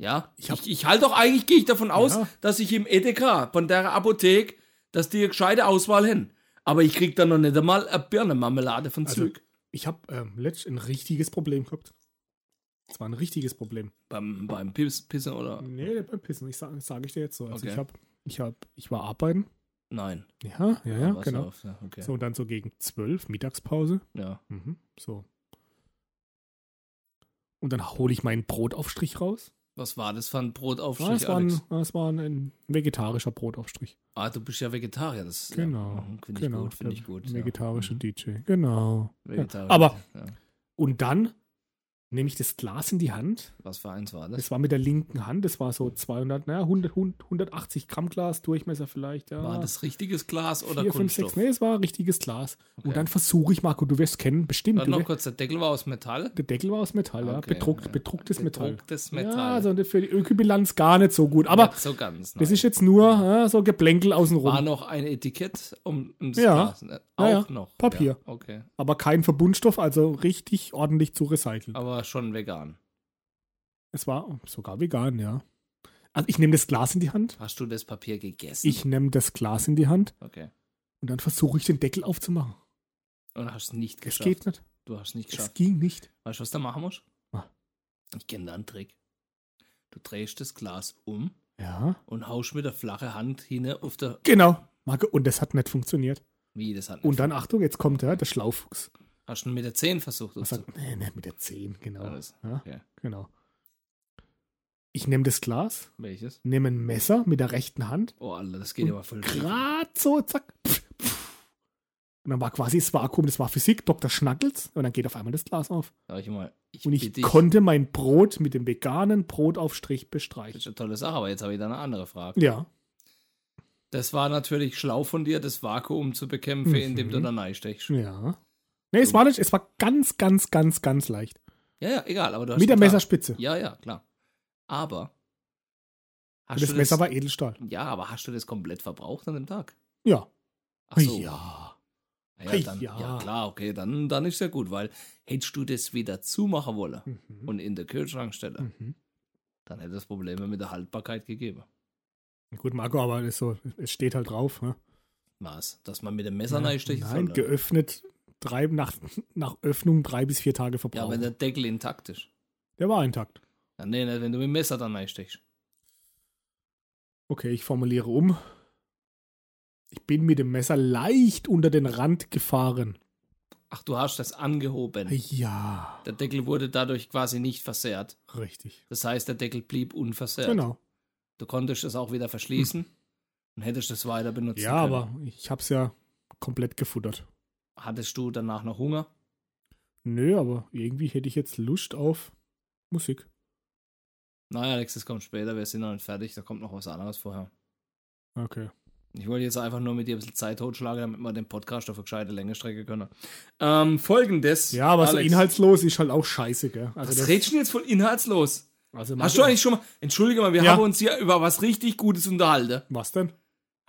A: Ja, ich,
B: Ich hab-
A: ich, halte doch eigentlich, gehe ich davon aus,
B: Ja.
A: dass ich im Edeka von der Apothek, dass die eine gescheite Auswahl hin. Aber ich krieg da noch nicht einmal eine Birnenmarmelade von
B: Also,
A: Zug.
B: Ich habe ähm, letztens ein richtiges Problem gehabt. Das war ein richtiges Problem.
A: beim, beim Piss, Pissen oder?
B: Nee, beim Pissen. Ich sage sag ich dir jetzt so. Also
A: Okay.
B: ich habe, ich habe, ich war arbeiten.
A: Nein.
B: Ja, ja, ja,
A: Pass
B: genau.
A: auf, ja, okay.
B: So, und dann so gegen zwölf, Mittagspause.
A: Ja.
B: Mhm, so. Und dann hole ich meinen Brotaufstrich raus.
A: Was war das für ein
B: Ja,
A: Brotaufstrich,
B: es, war ein, ah,
A: Alex?
B: es war ein, ein vegetarischer Brotaufstrich.
A: Ah, du bist ja Vegetarier. Das
B: Genau.
A: Ja, Finde ich
B: genau,
A: gut, finde ich
B: der
A: gut.
B: Vegetarische
A: ja. Mhm.
B: DJ. Genau.
A: Vegetarier.
B: Aber-
A: Ja.
B: Und dann nehme ich das Glas in die Hand.
A: Was für eins war das?
B: Das war mit der linken Hand. Das war so 200, naja, 100, 180 Gramm Glas, Durchmesser vielleicht. Ja.
A: War das richtiges Glas oder
B: 4, 5,
A: Kunststoff?
B: 6. Nee, es war ein richtiges Glas.
A: Okay.
B: Und dann versuche ich, Marco, du wirst es kennen, bestimmt.
A: Warte
B: Du
A: noch
B: wirst,
A: kurz, der Deckel war aus Metall.
B: der Deckel war aus Metall, ja.
A: Okay,
B: Bedruckt,
A: ja.
B: bedrucktes Metall.
A: Bedrucktes
B: Ja,
A: Metall.
B: also und für die Ökobilanz gar nicht so gut. Aber
A: Nicht so ganz.
B: das
A: nein.
B: ist jetzt nur ja, so Geplänkel
A: war
B: außenrum.
A: noch ein Etikett um, um das
B: Ja.
A: Glas. ne? Auch
B: Ja, ja.
A: noch.
B: Papier.
A: Ja, okay.
B: Aber kein Verbundstoff, also richtig ordentlich zu recyceln.
A: Aber schon vegan.
B: Es war sogar vegan, ja. Also ich nehme das Glas in die Hand.
A: Hast du das Papier gegessen?
B: Ich nehme das Glas in die Hand
A: Okay.
B: und dann versuche ich den Deckel aufzumachen.
A: Und hast es nicht
B: Es
A: geschafft.
B: geht nicht.
A: Du hast es nicht geschafft.
B: Es ging nicht.
A: Weißt du, was du machen musst?
B: Was?
A: Ich kenne da einen Trick. Du drehst das Glas um
B: Ja.
A: und haust mit der flachen Hand hin auf der.
B: Genau. Marco, und das hat nicht funktioniert.
A: Wie, das hat
B: Und dann, Achtung, jetzt kommt ja, der Schlaufuchs.
A: Hast du mit der 10 versucht?
B: Was sagt, nee, nee, mit der 10, genau.
A: Alles.
B: Ja,
A: Okay.
B: Genau. Ich nehme das Glas,
A: Welches?
B: nehme ein Messer mit der rechten Hand,
A: Oh, Alter, das geht ja mal voll.
B: grad so, zack. Pff, pff. Und dann war quasi das Vakuum, das war Physik, Dr. Schnackels, und dann geht auf einmal das Glas auf.
A: Sag ich mal. Ich
B: Und ich
A: bitte dich,
B: konnte mein Brot mit dem veganen Brotaufstrich
A: Das ist
B: bestreichen.
A: eine tolle Sache, aber jetzt habe ich da eine andere Frage.
B: Ja,
A: Das war natürlich schlau von dir, das Vakuum zu bekämpfen,
B: Mhm.
A: indem du da reinstechst.
B: ja. Nee, es war nicht, es war ganz, ganz, ganz, ganz leicht.
A: Ja, ja, egal, aber du hast.
B: Mit der
A: getan.
B: Messerspitze.
A: Ja, ja, klar. Aber. Hast
B: Und das
A: du
B: Messer war Edelstahl.
A: Ja, aber hast du das komplett verbraucht an dem Tag?
B: Ja.
A: Ach so.
B: Ja.
A: Ja, dann, ja.
B: Ja.
A: klar, okay, dann, dann ist ja gut, weil hättest du das wieder zumachen wollen
B: Mhm.
A: und in der Kühlschrank stellen,
B: Mhm.
A: dann hätte es Probleme mit der Haltbarkeit gegeben.
B: Gut, Marco, aber das ist so, es steht halt drauf. Ne?
A: Was? Dass man mit dem Messer ja, reinstechen
B: Nein,
A: soll? oder?
B: geöffnet drei, nach, nach Öffnung drei bis vier Tage
A: Ja,
B: verbrauchen.
A: wenn der Deckel intakt ist.
B: der war intakt.
A: Ja, nee, nicht, wenn du mit dem Messer dann reinstechst.
B: Okay, ich formuliere um. Ich bin mit dem Messer leicht unter den Rand gefahren.
A: Ach, du hast das angehoben.
B: Ja,
A: Der Deckel wurde dadurch quasi nicht versehrt.
B: richtig.
A: Das heißt, der Deckel blieb unversehrt.
B: Genau.
A: Du konntest es auch wieder verschließen und hättest es weiter benutzen
B: Ja,
A: können.
B: aber ich hab's ja komplett gefuttert.
A: Hattest du danach noch Hunger?
B: Nö, aber irgendwie hätte ich jetzt Lust auf Musik.
A: Naja, Alex, das kommt später. Wir sind noch nicht fertig. Da kommt noch was anderes vorher.
B: Okay.
A: Ich wollte jetzt einfach nur mit dir ein bisschen Zeit totschlagen, damit wir den Podcast auf eine gescheite Länge strecken können. Ähm, Folgendes.
B: Ja, aber so
A: Alex.
B: inhaltslos ist halt auch scheiße, gell? Also,
A: Was redest du denn jetzt von inhaltslos?
B: also
A: Hast du eigentlich schon mal. Entschuldige mal, wir
B: Ja.
A: haben uns hier über was richtig Gutes unterhalten.
B: Was denn?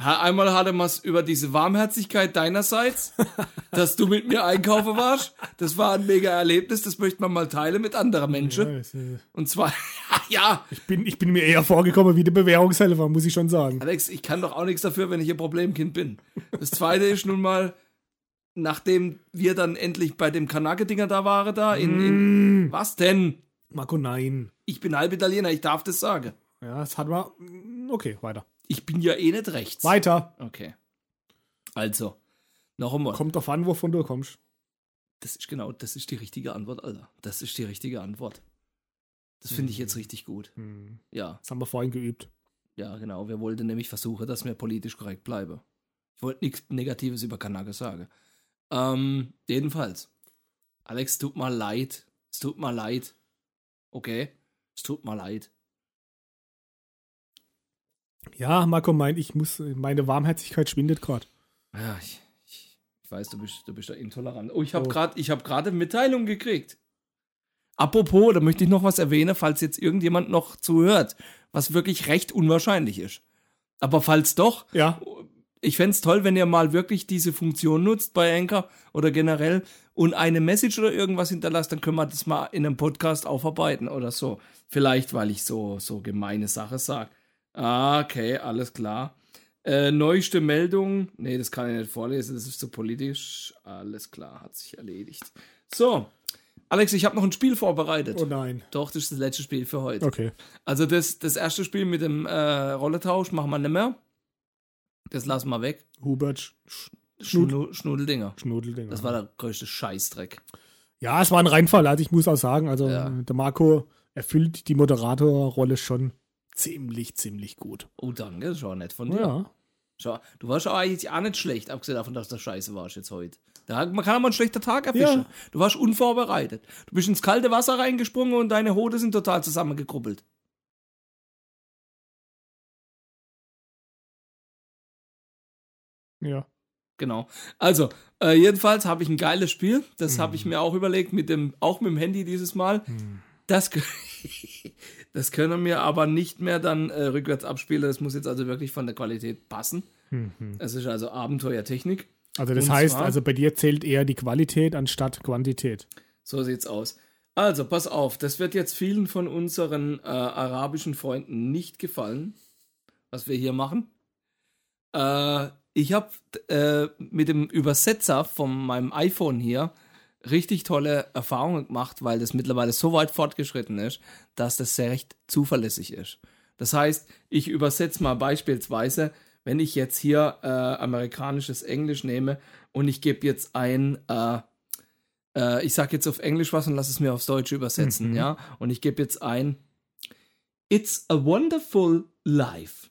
A: Ha, einmal hatte man es über diese Warmherzigkeit deinerseits, dass du mit mir einkaufen warst. Das war ein mega Erlebnis, das möchte man mal teilen mit anderen Menschen.
B: Ja, es, äh,
A: Und zwar, ja,
B: Ich bin, ich bin mir eher vorgekommen wie der Bewährungshelfer, muss ich schon sagen.
A: Alex, ich kann doch auch nichts dafür, wenn ich ein Problemkind bin. Das zweite ist nun mal, nachdem wir dann endlich bei dem Kanake-Dinger da waren, da in,
B: Mm.
A: in. Was denn?
B: Marco, nein.
A: Ich bin halb Italiener, ich darf das sagen.
B: Ja, das hat man. Okay, weiter.
A: Ich bin ja eh nicht rechts.
B: Weiter.
A: Okay. Also, noch einmal.
B: Kommt drauf an, wovon du kommst.
A: Das ist genau, das ist die richtige Antwort, Alter. Das ist die richtige Antwort. Das finde ich jetzt richtig gut.
B: Hm.
A: Ja,
B: Das haben wir vorhin geübt.
A: ja, genau. Wir wollten nämlich versuchen, dass wir politisch korrekt bleiben. Ich wollte nichts Negatives über Kanake sagen. Ähm, jedenfalls. Alex, tut mal leid. Es tut mal leid. Okay? Es tut mal leid.
B: Ja, Marco meint, ich muss, meine Warmherzigkeit schwindet gerade.
A: Ja, ich, ich, ich weiß, du bist, du bist da intolerant. Oh, ich habe
B: Oh.
A: gerade hab grad eine Mitteilung gekriegt. Apropos, da möchte ich noch was erwähnen, falls jetzt irgendjemand noch zuhört, was wirklich recht unwahrscheinlich ist. Aber falls doch,
B: Ja.
A: ich fänd's toll, wenn ihr mal wirklich diese Funktion nutzt bei Anchor oder generell und eine Message oder irgendwas hinterlasst, dann können wir das mal in einem Podcast aufarbeiten oder so. Vielleicht, weil ich so, so gemeine Sache sag. Ah, okay, alles klar. Äh, neueste Meldung. Nee, das kann ich nicht vorlesen, das ist zu politisch. Alles klar, hat sich erledigt. So, Alex, ich habe noch ein Spiel vorbereitet.
B: Oh nein.
A: Doch, das ist das letzte Spiel für heute.
B: Okay.
A: Also das, das erste Spiel mit dem äh, Rolletausch machen wir nicht mehr. Das lassen wir weg.
B: Hubert Sch-
A: Schnu Schnudeldinger.
B: Schnudeldinger.
A: Das war der größte Scheißdreck.
B: ja, es war ein Reinfall, also ich muss auch sagen, also
A: Ja.
B: äh, der Marco erfüllt die Moderatorrolle schon ziemlich, ziemlich gut.
A: Oh, danke, das war nett von dir.
B: Ja.
A: Schau, du warst auch eigentlich auch nicht schlecht, abgesehen davon, dass du scheiße warst jetzt heute. Da, man kann auch mal einen schlechten Tag erwischen.
B: Ja.
A: Du warst unvorbereitet. Du bist ins kalte Wasser reingesprungen und deine Hoden sind total zusammengekruppelt.
B: Ja.
A: Genau. Also, äh, jedenfalls habe ich ein geiles Spiel. Das habe ich mir auch überlegt, mit dem, auch mit dem Handy dieses Mal. Das, kö- das können wir aber nicht mehr dann äh, rückwärts abspielen. Das muss jetzt also wirklich von der Qualität passen. Es ist also Abenteuertechnik.
B: Also das
A: Und
B: heißt,
A: zwar-
B: also bei dir zählt eher die Qualität anstatt Quantität.
A: So sieht's aus. Also, pass auf, das wird jetzt vielen von unseren äh, arabischen Freunden nicht gefallen, was wir hier machen. Äh, ich habe äh, mit dem Übersetzer von meinem iPhone hier richtig tolle Erfahrungen gemacht, weil das mittlerweile so weit fortgeschritten ist, dass das sehr recht zuverlässig ist. Das heißt, ich übersetze mal beispielsweise, wenn ich jetzt hier äh, amerikanisches Englisch nehme und ich gebe jetzt ein äh, äh, ich sag jetzt auf Englisch was und lass es mir aufs Deutsche übersetzen, ja? Und ich gebe jetzt ein It's a wonderful life.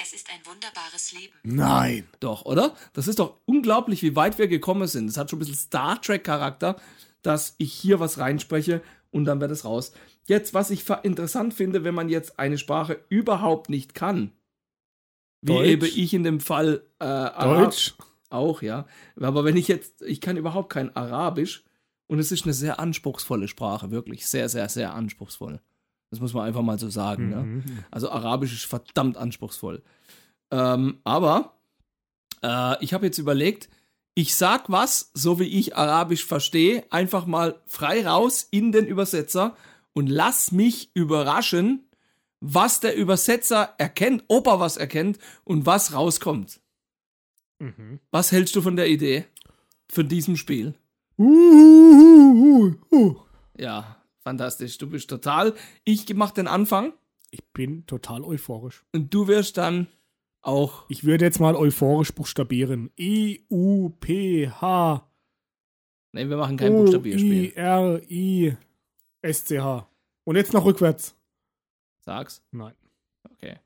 E: Es ist ein wunderbares Leben.
B: Nein.
A: Doch, oder? Das ist doch unglaublich, wie weit wir gekommen sind. Das hat schon ein bisschen Star Trek-Charakter, dass ich hier was reinspreche und dann wird es raus. Jetzt, was ich ver- interessant finde, wenn man jetzt eine Sprache überhaupt nicht kann, wie
B: Deutsch?
A: eben ich in dem Fall äh, Arab-
B: Deutsch?
A: Auch, ja. Aber wenn ich jetzt, ich kann überhaupt kein Arabisch und es ist eine sehr anspruchsvolle Sprache, wirklich. Sehr, sehr, sehr anspruchsvoll. Das muss man einfach mal so sagen. Ne?
B: Mhm.
A: Also Arabisch ist verdammt anspruchsvoll. Ähm, aber äh, ich habe jetzt überlegt, ich sag was, so wie ich Arabisch verstehe, einfach mal frei raus in den Übersetzer und lass mich überraschen, was der Übersetzer erkennt, ob er was erkennt und was rauskommt.
B: Mhm.
A: Was hältst du von der Idee? Von diesem Spiel?
B: Uh, uh, uh, uh, uh.
A: Ja, fantastisch. Du bist total. Ich mach den Anfang
B: Ich bin total euphorisch.
A: und du wirst dann auch.
B: Ich würde jetzt mal euphorisch buchstabieren. E U P H
A: Nein, wir machen kein
B: O
A: Buchstabierspiel.
B: I R I S C H. Und jetzt noch rückwärts.
A: Sag's.
B: Nein.
A: Okay.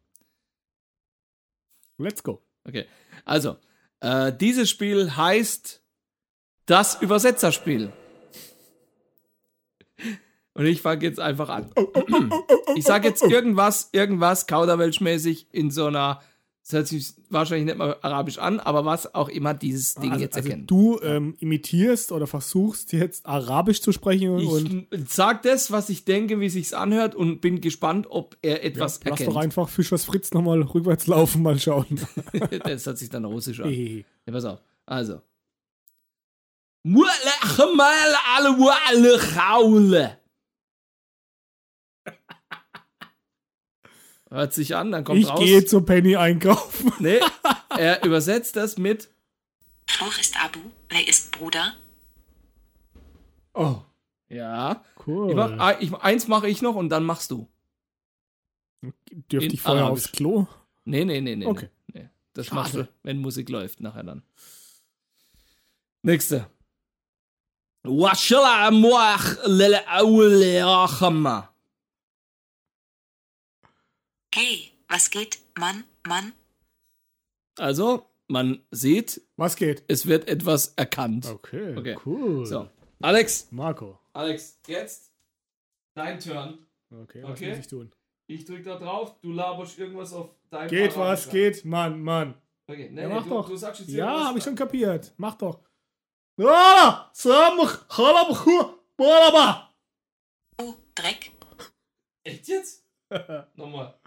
B: Let's go.
A: Okay. Also, äh, dieses Spiel heißt das Übersetzerspiel. Und ich fange jetzt einfach an. Ich sage jetzt irgendwas, irgendwas kauderwelschmäßig in so einer Das hört sich wahrscheinlich nicht mal arabisch an, aber was auch immer dieses Ding
B: also,
A: jetzt
B: also
A: erkennt.
B: du ähm, imitierst oder versuchst jetzt Arabisch zu sprechen und, und
A: ich sag das, was ich denke, wie sich's anhört und bin gespannt, ob er etwas
B: lass doch
A: erkennt.
B: einfach Fischers Fritz nochmal rückwärts laufen, mal schauen.
A: das hört sich dann russisch an.
B: Hehehe.
A: Ja, pass auf. Also. Mu'la'chmal al-wa'l'chaule. Hört sich an, dann kommt
B: ich
A: raus.
B: gehe zu Penny einkaufen.
A: Nee, er übersetzt das mit
E: Bruch ist Abu, wer ist Bruder?
B: Oh,
A: ja.
B: cool.
A: Ich mach, ah,
B: Oh.
A: ich, eins mache ich noch und dann machst du. in
B: Dürfte ich vorher
A: Arabisch.
B: aufs Klo?
A: Nee, nee, nee, nee.
B: Okay.
A: Nee. Nee. Das
B: Schade.
A: machst du, wenn Musik läuft, nachher dann. Nächste. Waschala muach lil awli rachama.
E: Hey, was geht, Mann, Mann?
A: Also, man sieht,
B: Was geht?
A: es wird etwas erkannt.
B: Okay,
A: Okay.
B: Ah, cool.
A: So. Alex,
B: Marco.
A: Alex, jetzt dein Turn.
B: Okay,
A: was Okay. muss ich
B: tun?
A: Ich drück da drauf, du laberst irgendwas auf deinem
B: Geht was, geht. Mann, Mann.
A: Okay, nee,
B: Ja,
A: nee,
B: mach
A: du,
B: doch.
A: du sagst jetzt
B: ja,
A: irgendwas.
B: habe ich schon kapiert. Mach doch. Ah, Samach, Halabchu, Bolaba.
E: Oh, Dreck.
A: Echt jetzt? Nochmal.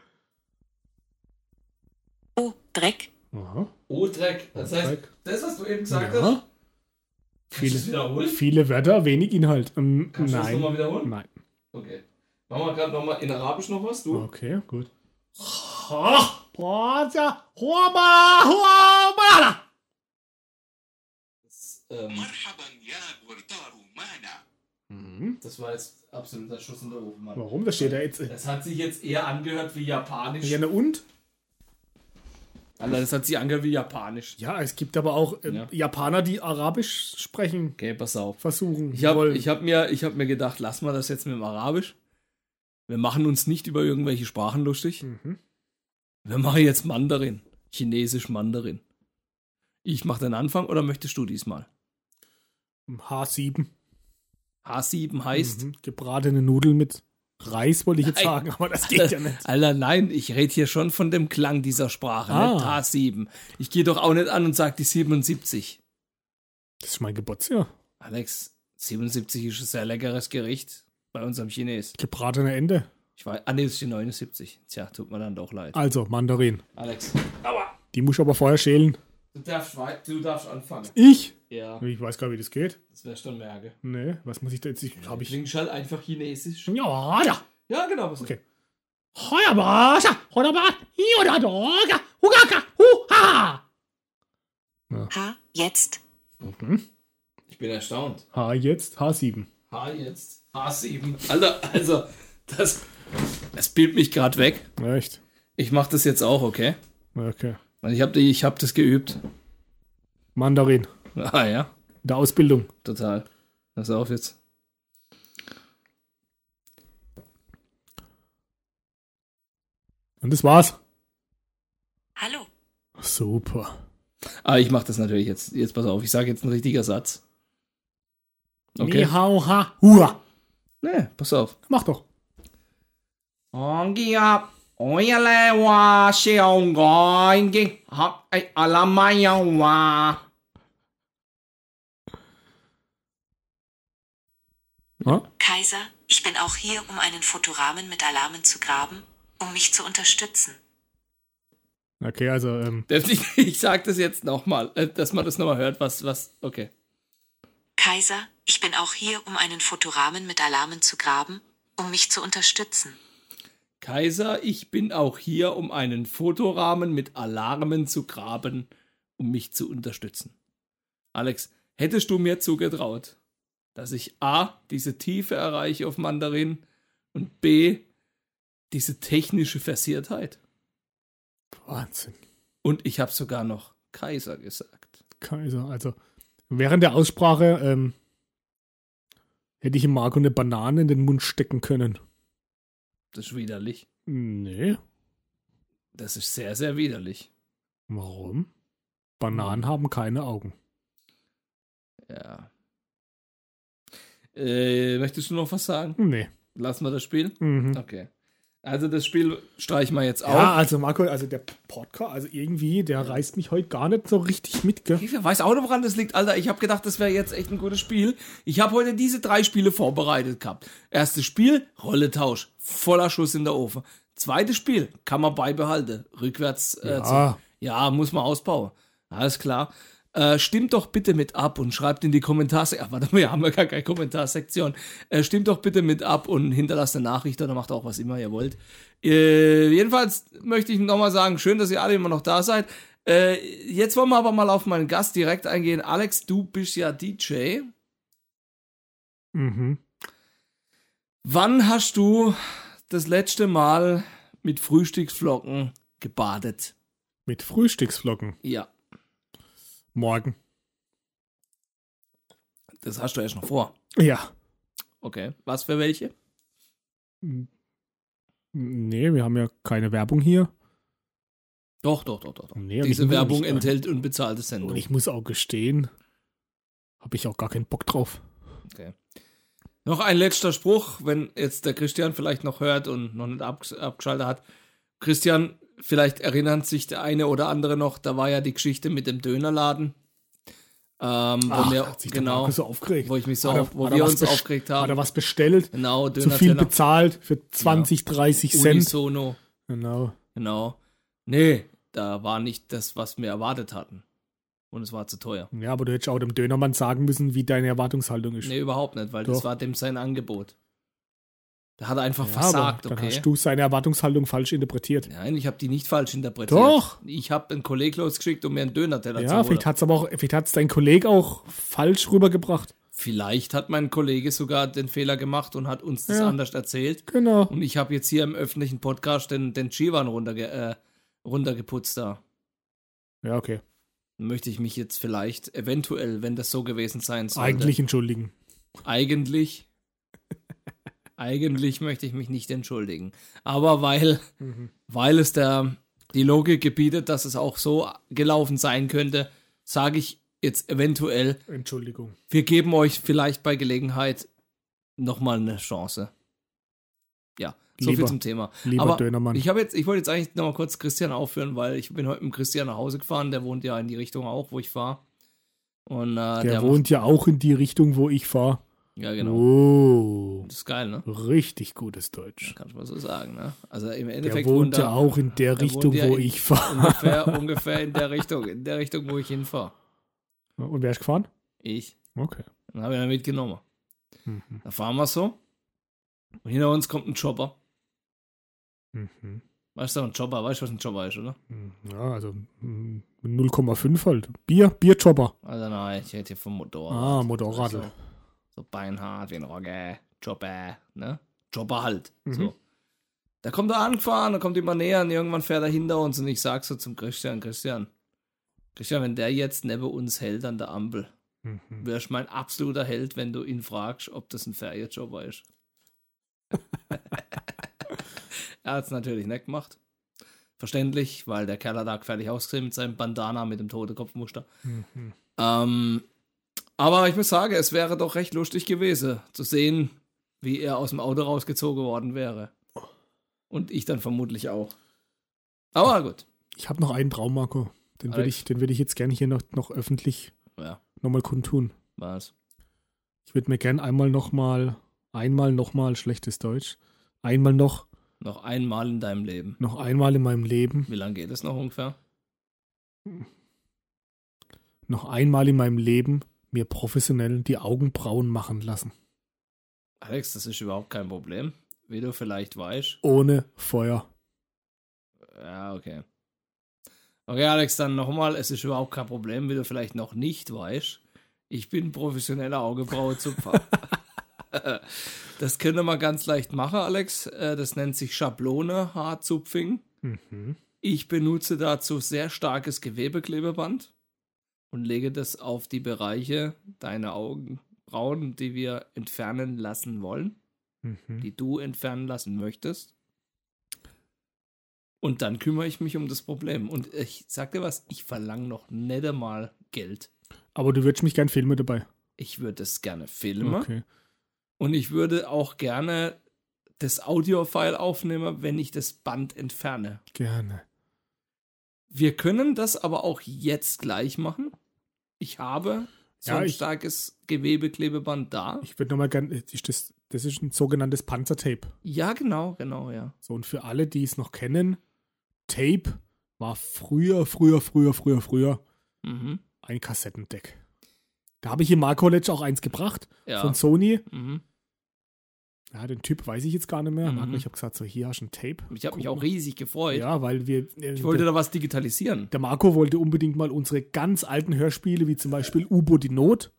E: Oh, Dreck.
B: Aha.
A: Oh, Dreck. Das
B: Oh,
A: heißt,
B: Dreck.
A: das, was du eben gesagt hast,
B: Ja.
A: kannst du es wiederholen?
B: Viele, viele Wörter, wenig Inhalt. Ähm,
A: Kannst du das nochmal
B: nein.
A: wiederholen?
B: Nein.
A: Okay. Machen wir gerade nochmal in Arabisch noch was, du?
B: Okay, gut. Hoja, Homa, Homa.
A: Das, ähm,
F: مرحبا يا بورتار معنا
B: Mhm.
A: das war jetzt absoluter Schuss in der Ofen, Mann.
B: Warum? Da steht da jetzt.
A: Das hat sich jetzt eher angehört wie Japanisch.
B: Ja, ne und?
A: Alter, das hat sich angehört wie Japanisch.
B: Ja, es gibt aber auch äh,
A: Ja.
B: Japaner, die Arabisch sprechen
A: Okay, pass auf.
B: versuchen.
A: Ich habe
B: wollen.
A: ich hab mir, ich hab mir gedacht, lass mal das jetzt mit dem Arabisch. Wir machen uns nicht über irgendwelche Sprachen lustig.
B: Mhm.
A: Wir machen jetzt Mandarin. Chinesisch Mandarin. Ich mache den Anfang oder möchtest du diesmal?
B: H7.
A: H7 heißt.
B: Mhm. Gebratene Nudeln mit Reis, wollte ich jetzt
A: Nein.
B: sagen, aber das geht ja nicht.
A: Alter, nein, ich rede hier schon von dem Klang dieser Sprache,
B: Ah.
A: nicht H7. Ich gehe doch auch nicht an und sage die 77.
B: Das ist mein Geburtsjahr.
A: Alex, 77 ist ein sehr leckeres Gericht bei unserem Chines.
B: Gebratene Ende.
A: Ich weiß, ah nee, das ist die 79. Tja, tut mir dann doch leid.
B: Also, Mandarin.
A: Alex,
B: Die muss ich aber vorher schälen.
A: du darfst, wei- du darfst anfangen.
B: Ich?
A: Ja,
B: Ich weiß gar nicht, wie das geht.
A: das wärst schon merke.
B: Nee, was muss ich da jetzt? Ich, hab ich.
A: Klingt halt einfach chinesisch.
B: Ja, ja.
A: Ja, genau. Was
B: Okay. Heuerbascha, Heuerbad, Hiodadoga, Hugaka, Huha.
E: Ha, jetzt.
A: Ich bin erstaunt.
B: H jetzt, H7.
A: H jetzt, H7. Alter, also, das, das bildet mich gerade weg.
B: Echt?
A: Ich mach das jetzt auch, okay?
B: Okay.
A: Weil ich habe ich hab das geübt.
B: Mandarin.
A: Ah ja,
B: In Der Ausbildung.
A: total. Pass auf jetzt.
B: Und das war's.
E: Hallo.
B: Super.
A: Ah, ich mach das natürlich jetzt. Jetzt pass auf, ich sage jetzt einen richtiger Satz.
B: Ni
A: Okay.
B: hao ha hua.
A: Nee, pass auf.
B: Mach doch.
A: Ongia, oyale wa shiongoingi, ha, ei, alamaya wa.
E: Kaiser, ich bin auch hier, um einen Fotorahmen mit Alarmen zu graben, um mich zu unterstützen.
B: Okay, also, ähm,
A: Darf Ich, ich sag das jetzt nochmal, äh, dass man das nochmal hört, was, was, okay.
E: Kaiser, ich bin auch hier, um einen Fotoramen mit Alarmen zu graben, um mich zu unterstützen.
A: Kaiser, ich bin auch hier, um einen Fotorahmen mit Alarmen zu graben, um mich zu unterstützen. Alex, hättest du mir zugetraut, dass ich A, diese Tiefe erreiche auf Mandarin und B, diese technische Versiertheit?
B: Wahnsinn.
A: Und ich habe sogar noch Kaiser gesagt.
B: Kaiser, also, während der Aussprache, ähm, hätte ich im Marco eine Banane in den Mund stecken können.
A: Das ist widerlich.
B: Nee.
A: Das ist sehr, sehr widerlich.
B: Warum? Bananen haben keine Augen.
A: Ja. Äh, möchtest du noch was sagen?
B: Nee.
A: Lassen wir das Spiel?
B: Mhm.
A: Okay. Also das Spiel streich mal jetzt auf.
B: Ja, also Marco, also der Podcast, also irgendwie, der reißt mich heute gar nicht so richtig mit, gell?
A: Ich weiß auch noch, woran das liegt, Alter. Ich habe gedacht, das wäre jetzt echt ein gutes Spiel. Ich habe heute diese drei Spiele vorbereitet gehabt. Erstes Spiel, Rolletausch. Voller Schuss in der Ofen. Zweites Spiel, kann man beibehalten. Rückwärts. Äh,
B: Ja.
A: zu- ja, muss man ausbauen. Alles klar. Äh, stimmt doch bitte mit ab und schreibt in die Kommentarsektion. Ach, warte, wir haben ja gar keine Kommentarsektion. Äh, stimmt doch bitte mit ab und hinterlasst eine Nachricht oder macht auch was immer ihr wollt. Äh, jedenfalls möchte ich nochmal sagen, schön, dass ihr alle immer noch da seid. Äh, jetzt wollen wir aber mal auf meinen Gast direkt eingehen. Alex, du bist ja DJ.
B: Mhm.
A: Wann hast du das letzte Mal mit Frühstücksflocken gebadet?
B: Mit Frühstücksflocken.
A: Ja,
B: Morgen.
A: das hast du erst noch vor.
B: Ja.
A: Okay, was für welche?
B: Hm. Nee, wir haben ja keine Werbung hier.
A: Doch, doch, doch, doch. doch.
B: Nee, und ich
A: Diese
B: muss
A: Werbung
B: nicht an-
A: enthält unbezahlte
B: Und
A: Sendung.
B: ich muss auch gestehen, habe ich auch gar keinen Bock drauf.
A: Noch ein letzter Spruch, wenn jetzt der Christian vielleicht noch hört und noch nicht abges- abgeschaltet hat. Christian, vielleicht erinnert sich der eine oder andere noch, da war ja die Geschichte mit dem Dönerladen. Ähm, wo wir-
B: da hat sich der
A: genau,
B: Marco so aufgeregt.
A: wo ich mich so
B: Hat er-
A: auf- wo
B: hat er
A: wir
B: was
A: uns
B: best-
A: aufgeregt
B: Hat
A: haben.
B: er was bestellt,
A: Genau,
B: zu viel
A: Dönerteller,
B: bezahlt für 20, 30 Cent.
A: Unisono.
B: Genau.
A: Genau. Nee, da war nicht das, was wir erwartet hatten. Und es war zu teuer.
B: Ja, aber du hättest auch dem Dönermann sagen müssen, wie deine Erwartungshaltung ist.
A: Nee, überhaupt nicht, weil das
B: Doch.
A: war dem sein Angebot. Da hat er einfach
B: ja,
A: versagt,
B: aber dann
A: okay?
B: hast du seine Erwartungshaltung falsch interpretiert.
A: Nein, ich habe die nicht falsch interpretiert.
B: Doch.
A: Ich habe einen Kollegen losgeschickt, um mir einen Dönerteller zu
B: Ja,
A: holen.
B: vielleicht hat es aber auch, vielleicht hat's dein Kollege auch falsch rübergebracht.
A: Vielleicht hat mein Kollege sogar den Fehler gemacht und hat uns das
B: Ja.
A: anders erzählt.
B: Genau.
A: Und ich habe jetzt hier im öffentlichen Podcast den, den Chivan runterge äh, runtergeputzt da.
B: Ja, okay.
A: Dann Möchte ich mich jetzt vielleicht, eventuell, wenn das so gewesen sein sollte.
B: Eigentlich entschuldigen.
A: Eigentlich. eigentlich möchte ich mich nicht entschuldigen. Aber weil,
B: Mhm.
A: weil es der, die Logik gebietet, dass es auch so gelaufen sein könnte, sage ich jetzt eventuell,
B: Entschuldigung.
A: wir geben euch vielleicht bei Gelegenheit nochmal eine Chance. Ja, so viel
B: Lieber-
A: zum Thema.
B: lieber
A: Aber
B: Dönermann.
A: Ich habe jetzt, ich wollte jetzt eigentlich nochmal kurz Christian aufführen, weil ich bin heute mit Christian nach Hause gefahren, der wohnt ja in die Richtung auch, wo ich war. Und äh, der,
B: Der, wohnt ja auch in die Richtung, wo ich fahre.
A: Macht, ja, genau.
B: Oh,
A: Das ist geil, ne?
B: richtig gutes Deutsch.
A: Kann ich mal so sagen, ne? Also im
B: Der
A: Endeffekt
B: wohnt ja
A: er
B: auch in der
A: der wohnt
B: Richtung,
A: ja
B: wo
A: in-
B: ich fahre.
A: ungefähr, ungefähr in der Richtung, in der Richtung, wo ich hinfahre.
B: Und wer ist gefahren?
A: Ich.
B: Okay.
A: Dann habe ich ihn mitgenommen.
B: Mhm.
A: Da fahren wir so. Und hinter uns kommt ein Chopper.
B: Mhm.
A: Weißt du, ein Chopper, weißt du, was ein Chopper ist, oder?
B: Ja, also mm, 0,5 halt. Bier, Bierchopper.
A: Also nein, ich hätte hier vom Motorrad.
B: Ah, Motorradl.
A: So, so beinhart wie ein Rogge. Chopper, ne? Chopper halt.
B: Mhm.
A: So. Da kommt er angefahren, da kommt immer näher und irgendwann fährt er hinter uns und ich sag so zum Christian, Christian, Christian, wenn der jetzt neben uns hält an der Ampel,
B: Mhm.
A: wärst mein absoluter Held, wenn du ihn fragst, ob das ein Ferienjobber ist. er hat es natürlich nicht gemacht. Verständlich, weil der Kerl hat da fertig ausgesehen mit seinem Bandana mit dem toten Kopfmuster.
B: Mhm.
A: Ähm, aber ich muss sagen, es wäre doch recht lustig gewesen, zu sehen, wie er aus dem Auto rausgezogen worden wäre. Und ich dann vermutlich auch. Aber gut.
B: Ich habe noch einen Traum, Marco. Den würde
A: Alex.
B: ich, den würd ich jetzt gerne hier noch, noch öffentlich
A: Ja,
B: nochmal kundtun.
A: was?
B: Ich würde mir gern einmal nochmal, einmal nochmal schlechtes Deutsch, einmal noch,
A: Noch einmal in deinem Leben.
B: noch einmal in meinem Leben,
A: Wie lange geht es noch ungefähr?
B: noch einmal in meinem Leben mir professionell die Augenbrauen machen lassen.
A: Alex, das ist überhaupt kein Problem. Wie du vielleicht weißt.
B: Ohne Feuer.
A: Ja, okay. Okay, Alex, dann nochmal. Es ist überhaupt kein Problem, wie du vielleicht noch nicht weißt. Ich bin professioneller Augebrauenzupfer. das könnte man ganz leicht machen, Alex. Äh, Das nennt sich Schablone Haarzupfing.
B: Mhm.
A: Ich benutze dazu sehr starkes Gewebeklebeband und lege das auf die Bereiche deiner Augenbrauen, die wir entfernen lassen wollen
B: Mhm.
A: die du entfernen lassen möchtest. Und dann kümmere ich mich um das Problem. Und ich sag dir was, ich verlange noch nicht einmal Geld.
B: Aber du würdest mich gern filmen dabei.
A: Ich würde es gerne filmen
B: Okay.
A: und ich würde auch gerne
G: das Audio-File aufnehme, wenn ich das Band entferne.
B: Gerne.
G: Wir können das aber auch jetzt gleich machen. Ich habe so
B: Ja,
G: ein
B: ich-
G: starkes Gewebeklebeband da.
B: Ich würde nochmal gerne, äh, ist das, das ist ein sogenanntes Panzertape.
G: Ja, genau, genau, ja.
B: So, und für alle, die es noch kennen, Tape war früher, früher, früher, früher, früher
G: Mhm.
B: ein Kassettendeck. Da habe ich im Markoletsch auch eins gebracht
G: Ja.
B: von Sony.
G: Mhm.
B: Ja, den Typ weiß ich jetzt gar nicht mehr.
G: Mhm.
B: Marco, ich habe gesagt, so hier hast du ein Tape.
G: Ich habe mich
B: Guck
G: auch
B: mal.
G: riesig gefreut.
B: Ja, weil wir. äh,
G: Ich wollte
B: der,
G: da was digitalisieren.
B: der Marco wollte unbedingt mal unsere ganz alten Hörspiele, wie zum Beispiel U-Boot die Not.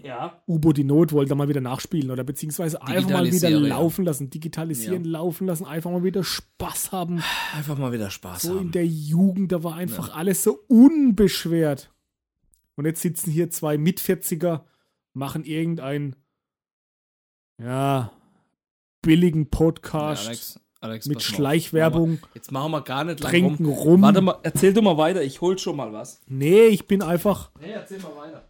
G: Ja.
B: U-Boot die Not wollte er mal wieder nachspielen oder beziehungsweise einfach mal wieder
G: Digitalisiere, ja.
B: laufen lassen, digitalisieren, laufen lassen, einfach mal wieder Spaß haben.
G: Einfach mal wieder Spaß
B: So in
G: haben.
B: der Jugend, da war einfach alles so unbeschwert. Und jetzt sitzen hier zwei Mit-40er, machen irgendeinen, ja, billigen
G: Ja,
B: Podcast
G: Alex, Alex,
B: mit
G: pass mal auf.
B: Schleichwerbung,
G: Jetzt machen wir gar nicht lang
B: trinken
G: rum.
B: rum.
G: Warte mal, erzähl du mal weiter. Ich hol schon mal was.
B: Nee, ich bin einfach,
G: Nee, erzähl mal weiter.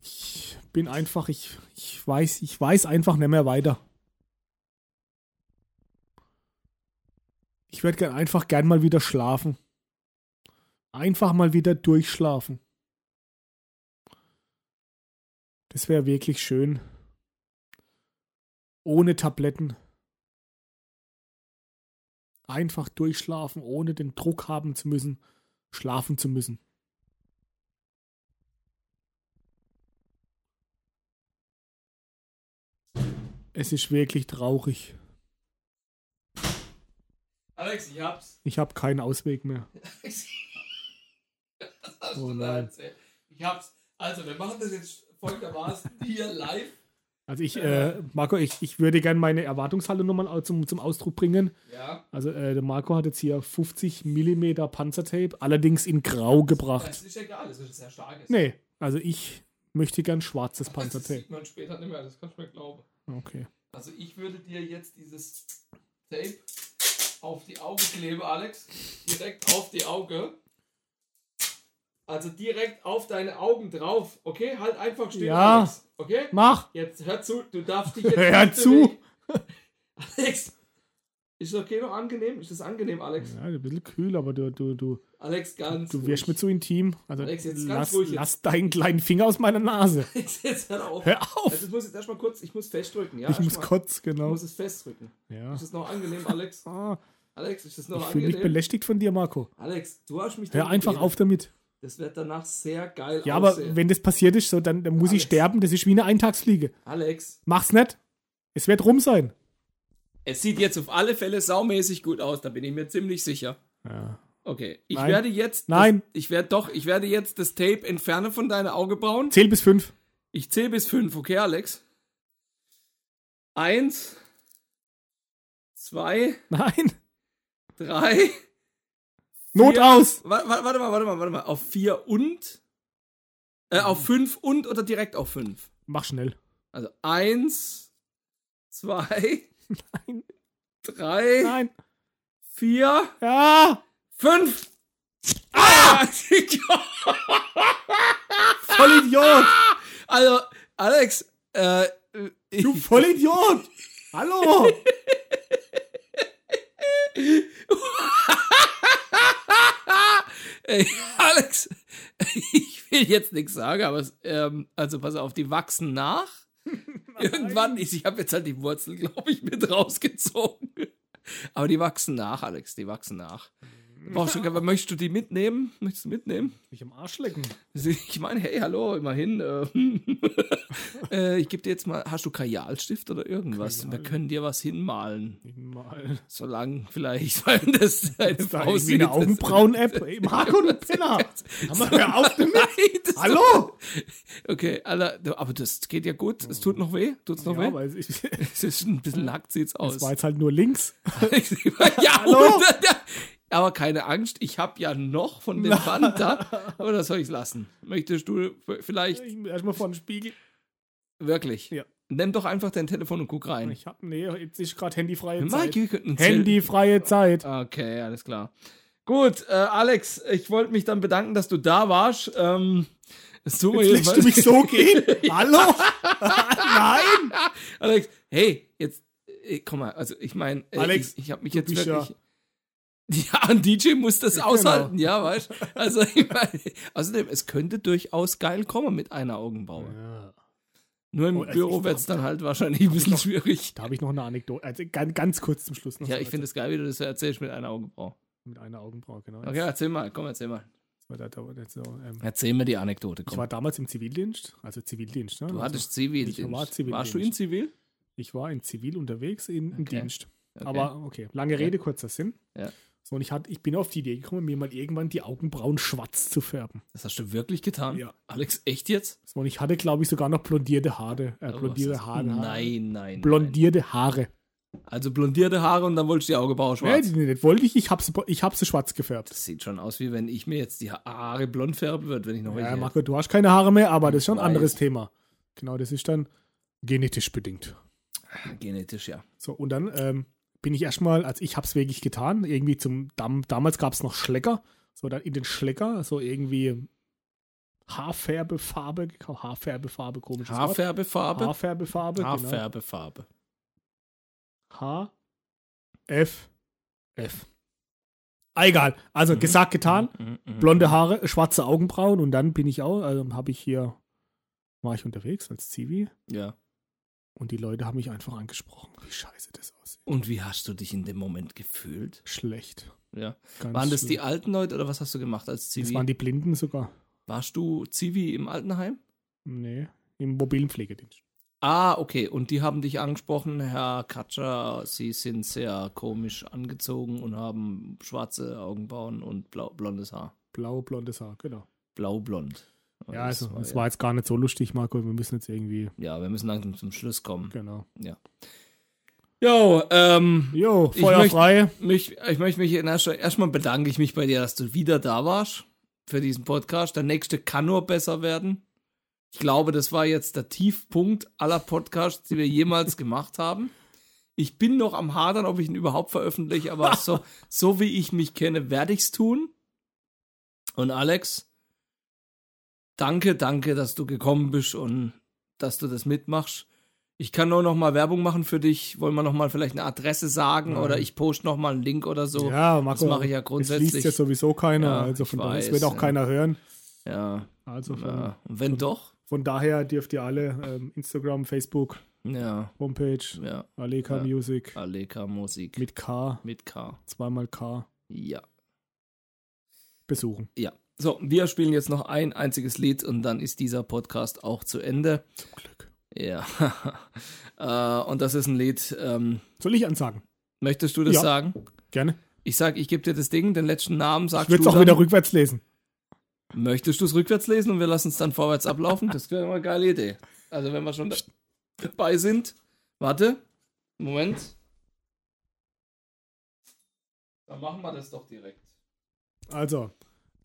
B: ich bin einfach, ich, ich weiß, ich weiß einfach nicht mehr weiter. Ich werde gern einfach gern mal wieder schlafen. Einfach mal wieder durchschlafen. Das wäre wirklich schön. Ohne Tabletten. Einfach durchschlafen, ohne den Druck haben zu müssen, schlafen zu müssen. Es ist wirklich traurig.
G: Alex, ich hab's.
B: Ich habe keinen Ausweg mehr.
G: Hast
B: Oh
G: du da
B: nein.
G: erzählt? Ich hab's. Also, wir machen das jetzt folgendermaßen hier live.
B: Also ich, äh, Marco, ich, ich würde gerne meine Erwartungshalle nochmal au- zum, zum Ausdruck bringen.
G: Ja.
B: Also äh, der Marco hat jetzt hier 50 mm Panzertape, allerdings in Grau gebracht.
G: Es ist egal, es ist sehr starkes.
B: Nee, also ich möchte gern schwarzes
G: Das
B: Panzertape.
G: sieht man später nicht mehr, das kannst du mir glauben.
B: Okay.
G: Also ich würde dir jetzt dieses Tape auf die Augen kleben, Alex. Direkt auf die Auge. Also direkt auf deine Augen drauf. Okay, halt einfach still,
B: Ja.
G: Alex. Okay?
B: Mach!
G: Jetzt hör zu, du darfst dich jetzt
B: Hör
G: nicht
B: zu!
G: bewegen. Alex! Ist das okay noch angenehm? Ist das angenehm, Alex?
B: Ja, ein bisschen kühl, aber du, du, du,
G: Alex, ganz
B: du wirst mir
G: ruhig.
B: zu intim. Also
G: Alex, jetzt ganz
B: lass,
G: ruhig jetzt.
B: lass deinen kleinen Finger aus meiner Nase.
G: Alex, jetzt hör auf.
B: Hör auf!
G: Also ich muss jetzt erstmal kurz, ich muss festdrücken, ja?
B: ich muss
G: Erstmal.
B: kotzen,
G: ich
B: genau.
G: muss es festdrücken.
B: Ja.
G: Ist das noch angenehm, Alex?
B: Ah,
G: Alex, ist das noch
B: ich fühle mich
G: angenehm?
B: belästigt von dir, Marco.
G: Alex, du hast mich
B: Hör
G: doch
B: einfach
G: gegeben.
B: auf damit.
G: Das wird danach sehr geil
B: Ja, aber
G: aussehen.
B: wenn das passiert ist, so, dann, dann muss ich
G: Alles.
B: sterben. Das ist wie eine Eintagsfliege.
G: Alex,
B: Mach's nicht. Es wird rum sein.
G: es sieht jetzt auf alle Fälle saumäßig gut aus, da bin ich mir ziemlich sicher.
B: Ja.
G: Okay, ich
B: Nein.
G: werde jetzt
B: Nein.
G: Das, ich werde doch, ich werde jetzt das Tape entfernen von deinen Augenbrauen.
B: Zähl bis fünf.
G: Ich zähle bis fünf, okay, Alex? Eins, zwei,
B: Nein.
G: drei.
B: Not aus.
G: Wa- wa- Warte mal, warte mal, warte mal. Auf vier und? Äh, auf fünf und oder direkt auf fünf?
B: Mach schnell.
G: Also eins, zwei,
B: Nein.
G: drei,
B: Nein.
G: vier.
B: Ja.
G: Fünf! Ah!
B: Vollidiot.
G: also, Alex, äh, ich,
B: Du Vollidiot. Hallo.
G: Ey, Alex, ich will jetzt nichts sagen, aber es, ähm, also pass auf, die wachsen nach. Irgendwann, ich, ich habe jetzt halt die Wurzel, glaube ich, mit rausgezogen. Aber die wachsen nach, Alex, die wachsen nach.
B: Mhm.
G: Brauchst du, möchtest du die mitnehmen? Möchtest du mitnehmen? Also
B: Mich am Arsch lecken.
G: Ich meine, hey, hallo, immerhin. Äh, äh, ich gebe dir jetzt mal, hast du Kajalstift oder irgendwas? Wir können dir was hinmalen,
B: Mal.
G: solange vielleicht, weil das deine
B: Da
G: Frau
B: irgendwie
G: sieht.
B: eine Augenbrauen-App. Ey, Marco, du Penner. Aber hör auf damit.
G: Nein, das-
B: Hallo.
G: Okay, Alter, du- aber das geht ja gut. Es tut noch weh. Tut's noch
B: Mhm. Ja,
G: weh?
B: weil ich, es
G: Es ist ein bisschen nackt, sieht's aus.
B: war jetzt halt nur links.
G: ja,
B: Hallo?
G: und, aber keine Angst, ich habe ja noch von dem Band da. Oder soll ich lassen? Möchtest du vielleicht
B: Ich erstmal vor den Spiegel.
G: wirklich?
B: Ja.
G: Nimm doch einfach dein Telefon und guck rein.
B: Ich hab, nee, jetzt ist gerade handyfreie
G: Mike,
B: Zeit.
G: wir könnten uns-
B: Handyfreie Zeit.
A: Ah.
G: Okay, alles klar. Gut, äh, Alex, ich wollte mich dann bedanken, dass du da warst. Ähm, so
B: Jetzt lässt du mich so gehen? Hallo? Nein!
G: Alex, hey, jetzt,
A: äh, guck mal, also ich meine, äh,
B: Alex,
A: ich, ich habe mich
B: du
A: jetzt
B: bist
A: wirklich. Ja, ein DJ muss das
B: genau.
A: aushalten, ja, weißt du? Also, ich meine, außerdem, es könnte durchaus geil kommen mit einer Augenbraue.
B: Ja.
A: Nur im
B: Oh, also
A: Büro
B: ich
A: wird es
B: glaub,
A: dann halt wahrscheinlich ein bisschen schwierig.
B: Da habe ich noch eine Anekdote. Also ganz, ganz kurz zum Schluss noch.
A: Ja, ich finde es geil, wie du das erzählst mit einer Augenbraue.
B: Mit einer Augenbraue, genau.
A: Okay, erzähl mal, komm, erzähl mal.
B: Jetzt war da- da war jetzt so, ähm,
A: Erzähl mir die Anekdote,
B: Ich
A: komm.
B: war damals im Zivildienst, also Zivildienst. Ne?
A: Du
B: also,
A: hattest Zivildienst.
B: Ich war Zivildienst.
A: Warst du in Zivil?
B: Ich war in Zivil unterwegs in, im
A: Okay.
B: Dienst.
A: Okay.
B: Aber okay, lange Rede, kurzer Sinn.
A: Ja.
B: So, und ich, hat, ich bin auf die Idee gekommen, mir mal irgendwann die Augenbrauen schwarz zu färben.
A: Das hast du wirklich getan?
B: Ja.
A: Alex, echt jetzt?
B: So, und ich hatte, glaube ich, sogar noch blondierte Haare. Äh,
A: Oh, was
B: blondierte
A: ist-
B: Haare.
A: Nein, nein.
B: Blondierte Haare.
A: nein. Also blondierte Haare und dann wolltest du die Augenbraue schwarz.
B: Nee, nee, nee, wollte ich, ich habe sie, ich hab sie schwarz gefärbt.
A: Das sieht schon aus, wie wenn ich mir jetzt die Haare blond färben würde, wenn ich noch welche
B: Ja,
A: hätte.
B: Marco, du hast keine Haare mehr, aber das ist schon ein
A: Weiß.
B: anderes Thema. Genau, das ist dann genetisch bedingt.
A: Genetisch, ja.
B: So, und dann ähm, bin ich erstmal, also ich hab's wirklich getan, irgendwie zum, dam, damals gab's noch Schlecker, so dann in den Schlecker, so irgendwie Haarfärbe, Farbe, gekau- Haarfärbe, Farbe, komisches Wort.
A: Haarfärbefarbe?
B: Haarfärbe, Farbe, genau.
A: Haarfärbefarbe.
B: H, F, F. Ah, egal, also gesagt, getan,
A: Mhm, mhm.
B: blonde Haare, schwarze Augenbrauen und dann bin ich auch, also habe ich hier, war ich unterwegs als Zivi
A: Ja.
B: und die Leute haben mich einfach angesprochen, wie scheiße das aussieht.
A: Und wie hast du dich in dem Moment gefühlt?
B: Schlecht.
A: Ja.
B: Ganz
A: Waren das
B: schlimm.
A: die alten Leute oder was hast du gemacht als
B: Das
A: Zivi?
B: waren die Blinden sogar.
A: Warst du Zivi im Altenheim?
B: Nee, im mobilen Pflegedienst.
A: Ah, okay. Und die haben dich angesprochen, Herr Katscher, Sie sind sehr komisch angezogen und haben schwarze Augenbrauen und blau, blondes Haar.
B: Blau, blondes Haar, genau.
A: Blau-blond. Und
B: Ja, also,
A: das
B: es war jetzt gar nicht so lustig, Marco. Wir müssen jetzt irgendwie.
A: ja, wir müssen langsam zum Schluss kommen.
B: Genau.
G: Oh,
B: Oh,
A: Jo, ähm,
B: Jo,
A: Ich
B: Feuer
A: möcht-
B: frei.
A: mich, ich möchte mich in erster, erstmal bedanke ich mich bei dir, dass du wieder da warst für diesen Podcast. Der nächste kann nur besser werden. Ich glaube, das war jetzt der Tiefpunkt aller Podcasts, die wir jemals gemacht haben. Ich bin noch am Hadern, ob ich ihn überhaupt veröffentliche, aber so, so wie ich mich kenne, werde ich es tun. Und Alex, danke, danke, dass du gekommen bist und dass du das mitmachst. Ich kann nur noch mal Werbung machen für dich. Wollen wir noch mal vielleicht eine Adresse sagen oder ich poste noch mal einen Link oder so.
B: ja, Marco.
A: das mache ich ja
B: Es liest
A: grundsätzlich.
B: ja sowieso keiner.
A: Ja,
B: also von
A: ich
B: daher, es
A: weiß,
B: wird auch
A: ja.
B: keiner hören.
A: Ja,
B: Also von,
A: ja. Und wenn doch,
B: von daher dürft ihr alle ähm, Instagram, Facebook,
A: ja,
B: Homepage,
A: ja,
B: Aleka
A: Ja. Ah.
B: Music
A: Aleka Musik
B: mit K,
A: mit K.
B: zweimal K,
A: Ja.
B: besuchen.
A: Ja. So, wir spielen jetzt noch ein einziges Lied und dann ist dieser Podcast auch zu Ende.
B: Zum Glück.
A: Ja. äh, und das ist ein Lied. Ähm,
B: Soll ich ansagen?
A: möchtest du das
B: Ja.
A: sagen?
B: Gerne.
A: Ich sag, ich gebe dir das Ding, den letzten Namen
B: Ich
A: sagst du
B: würde es auch
A: dann.
B: wieder rückwärts lesen.
A: Möchtest du es rückwärts lesen und wir lassen es dann vorwärts ablaufen? Das wäre mal eine geile Idee. Also wenn wir schon da- dabei sind. Warte. Moment. Dann machen wir das doch direkt.
B: Also,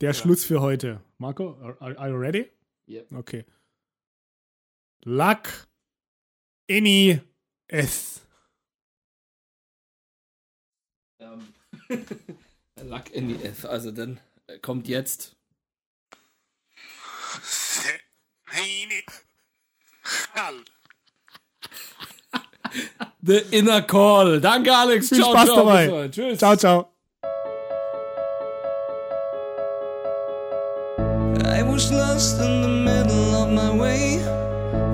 B: der Schluss für heute. Marco, are, are are you ready?
A: Yep.
B: Okay. Luck any S.
A: Ähm, Luck in die F. Also dann äh, kommt jetzt.
D: Heini. Hall.
A: The Inner Call. Danke, Alex.
B: Viel Spaß
A: bis
B: dabei.
A: heute. Tschüss.
B: Ciao, ciao.
C: I was lost in the middle of my way.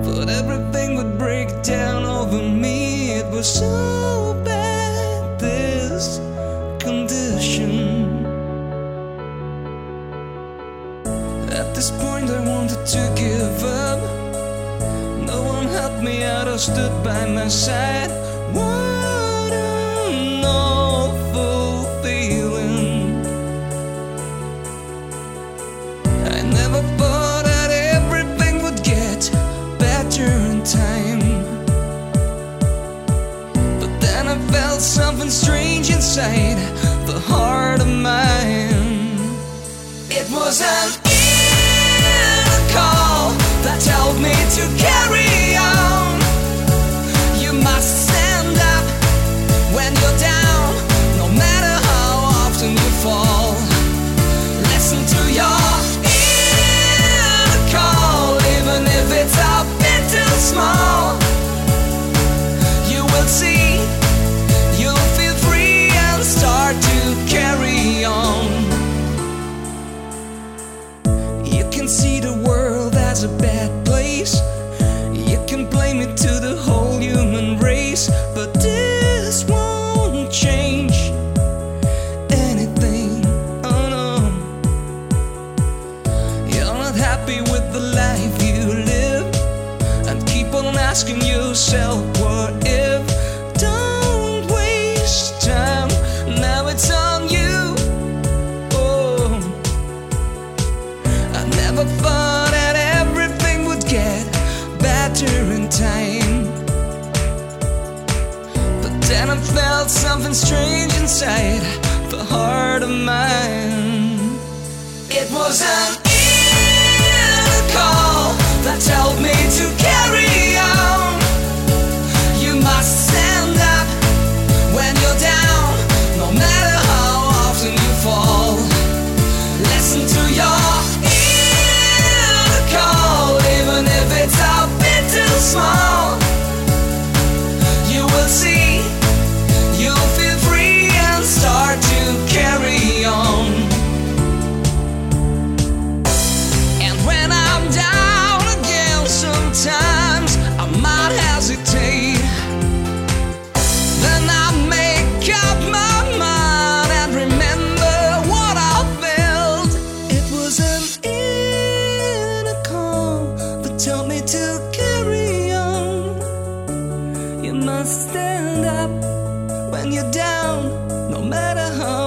C: Thought everything would break down over me. It was so bad, this condition. At this point, I wanted to give up. No one helped me out or stood by my side. What an awful feeling. I never thought that everything would get better in time. But then I felt something strange inside the heart of mine. It was an inner call that told me to carry on. You must stand up when you're down, no matter how often you fall. Listen to your inner call, even if it's a bit too small. You will see Oh, Oh. And I felt something strange inside the heart of mine. It was an inner call that told me to carry on. You must stand up when you're down, no matter how often you fall. Listen to your inner call, even if it's a bit too small. You will see, you'll feel free and start to carry on. And when I'm down again, sometimes I might hesitate. Then I make up my mind and remember what I felt. It was an inner call that told me to carry on. You must stand up when you're down, no matter how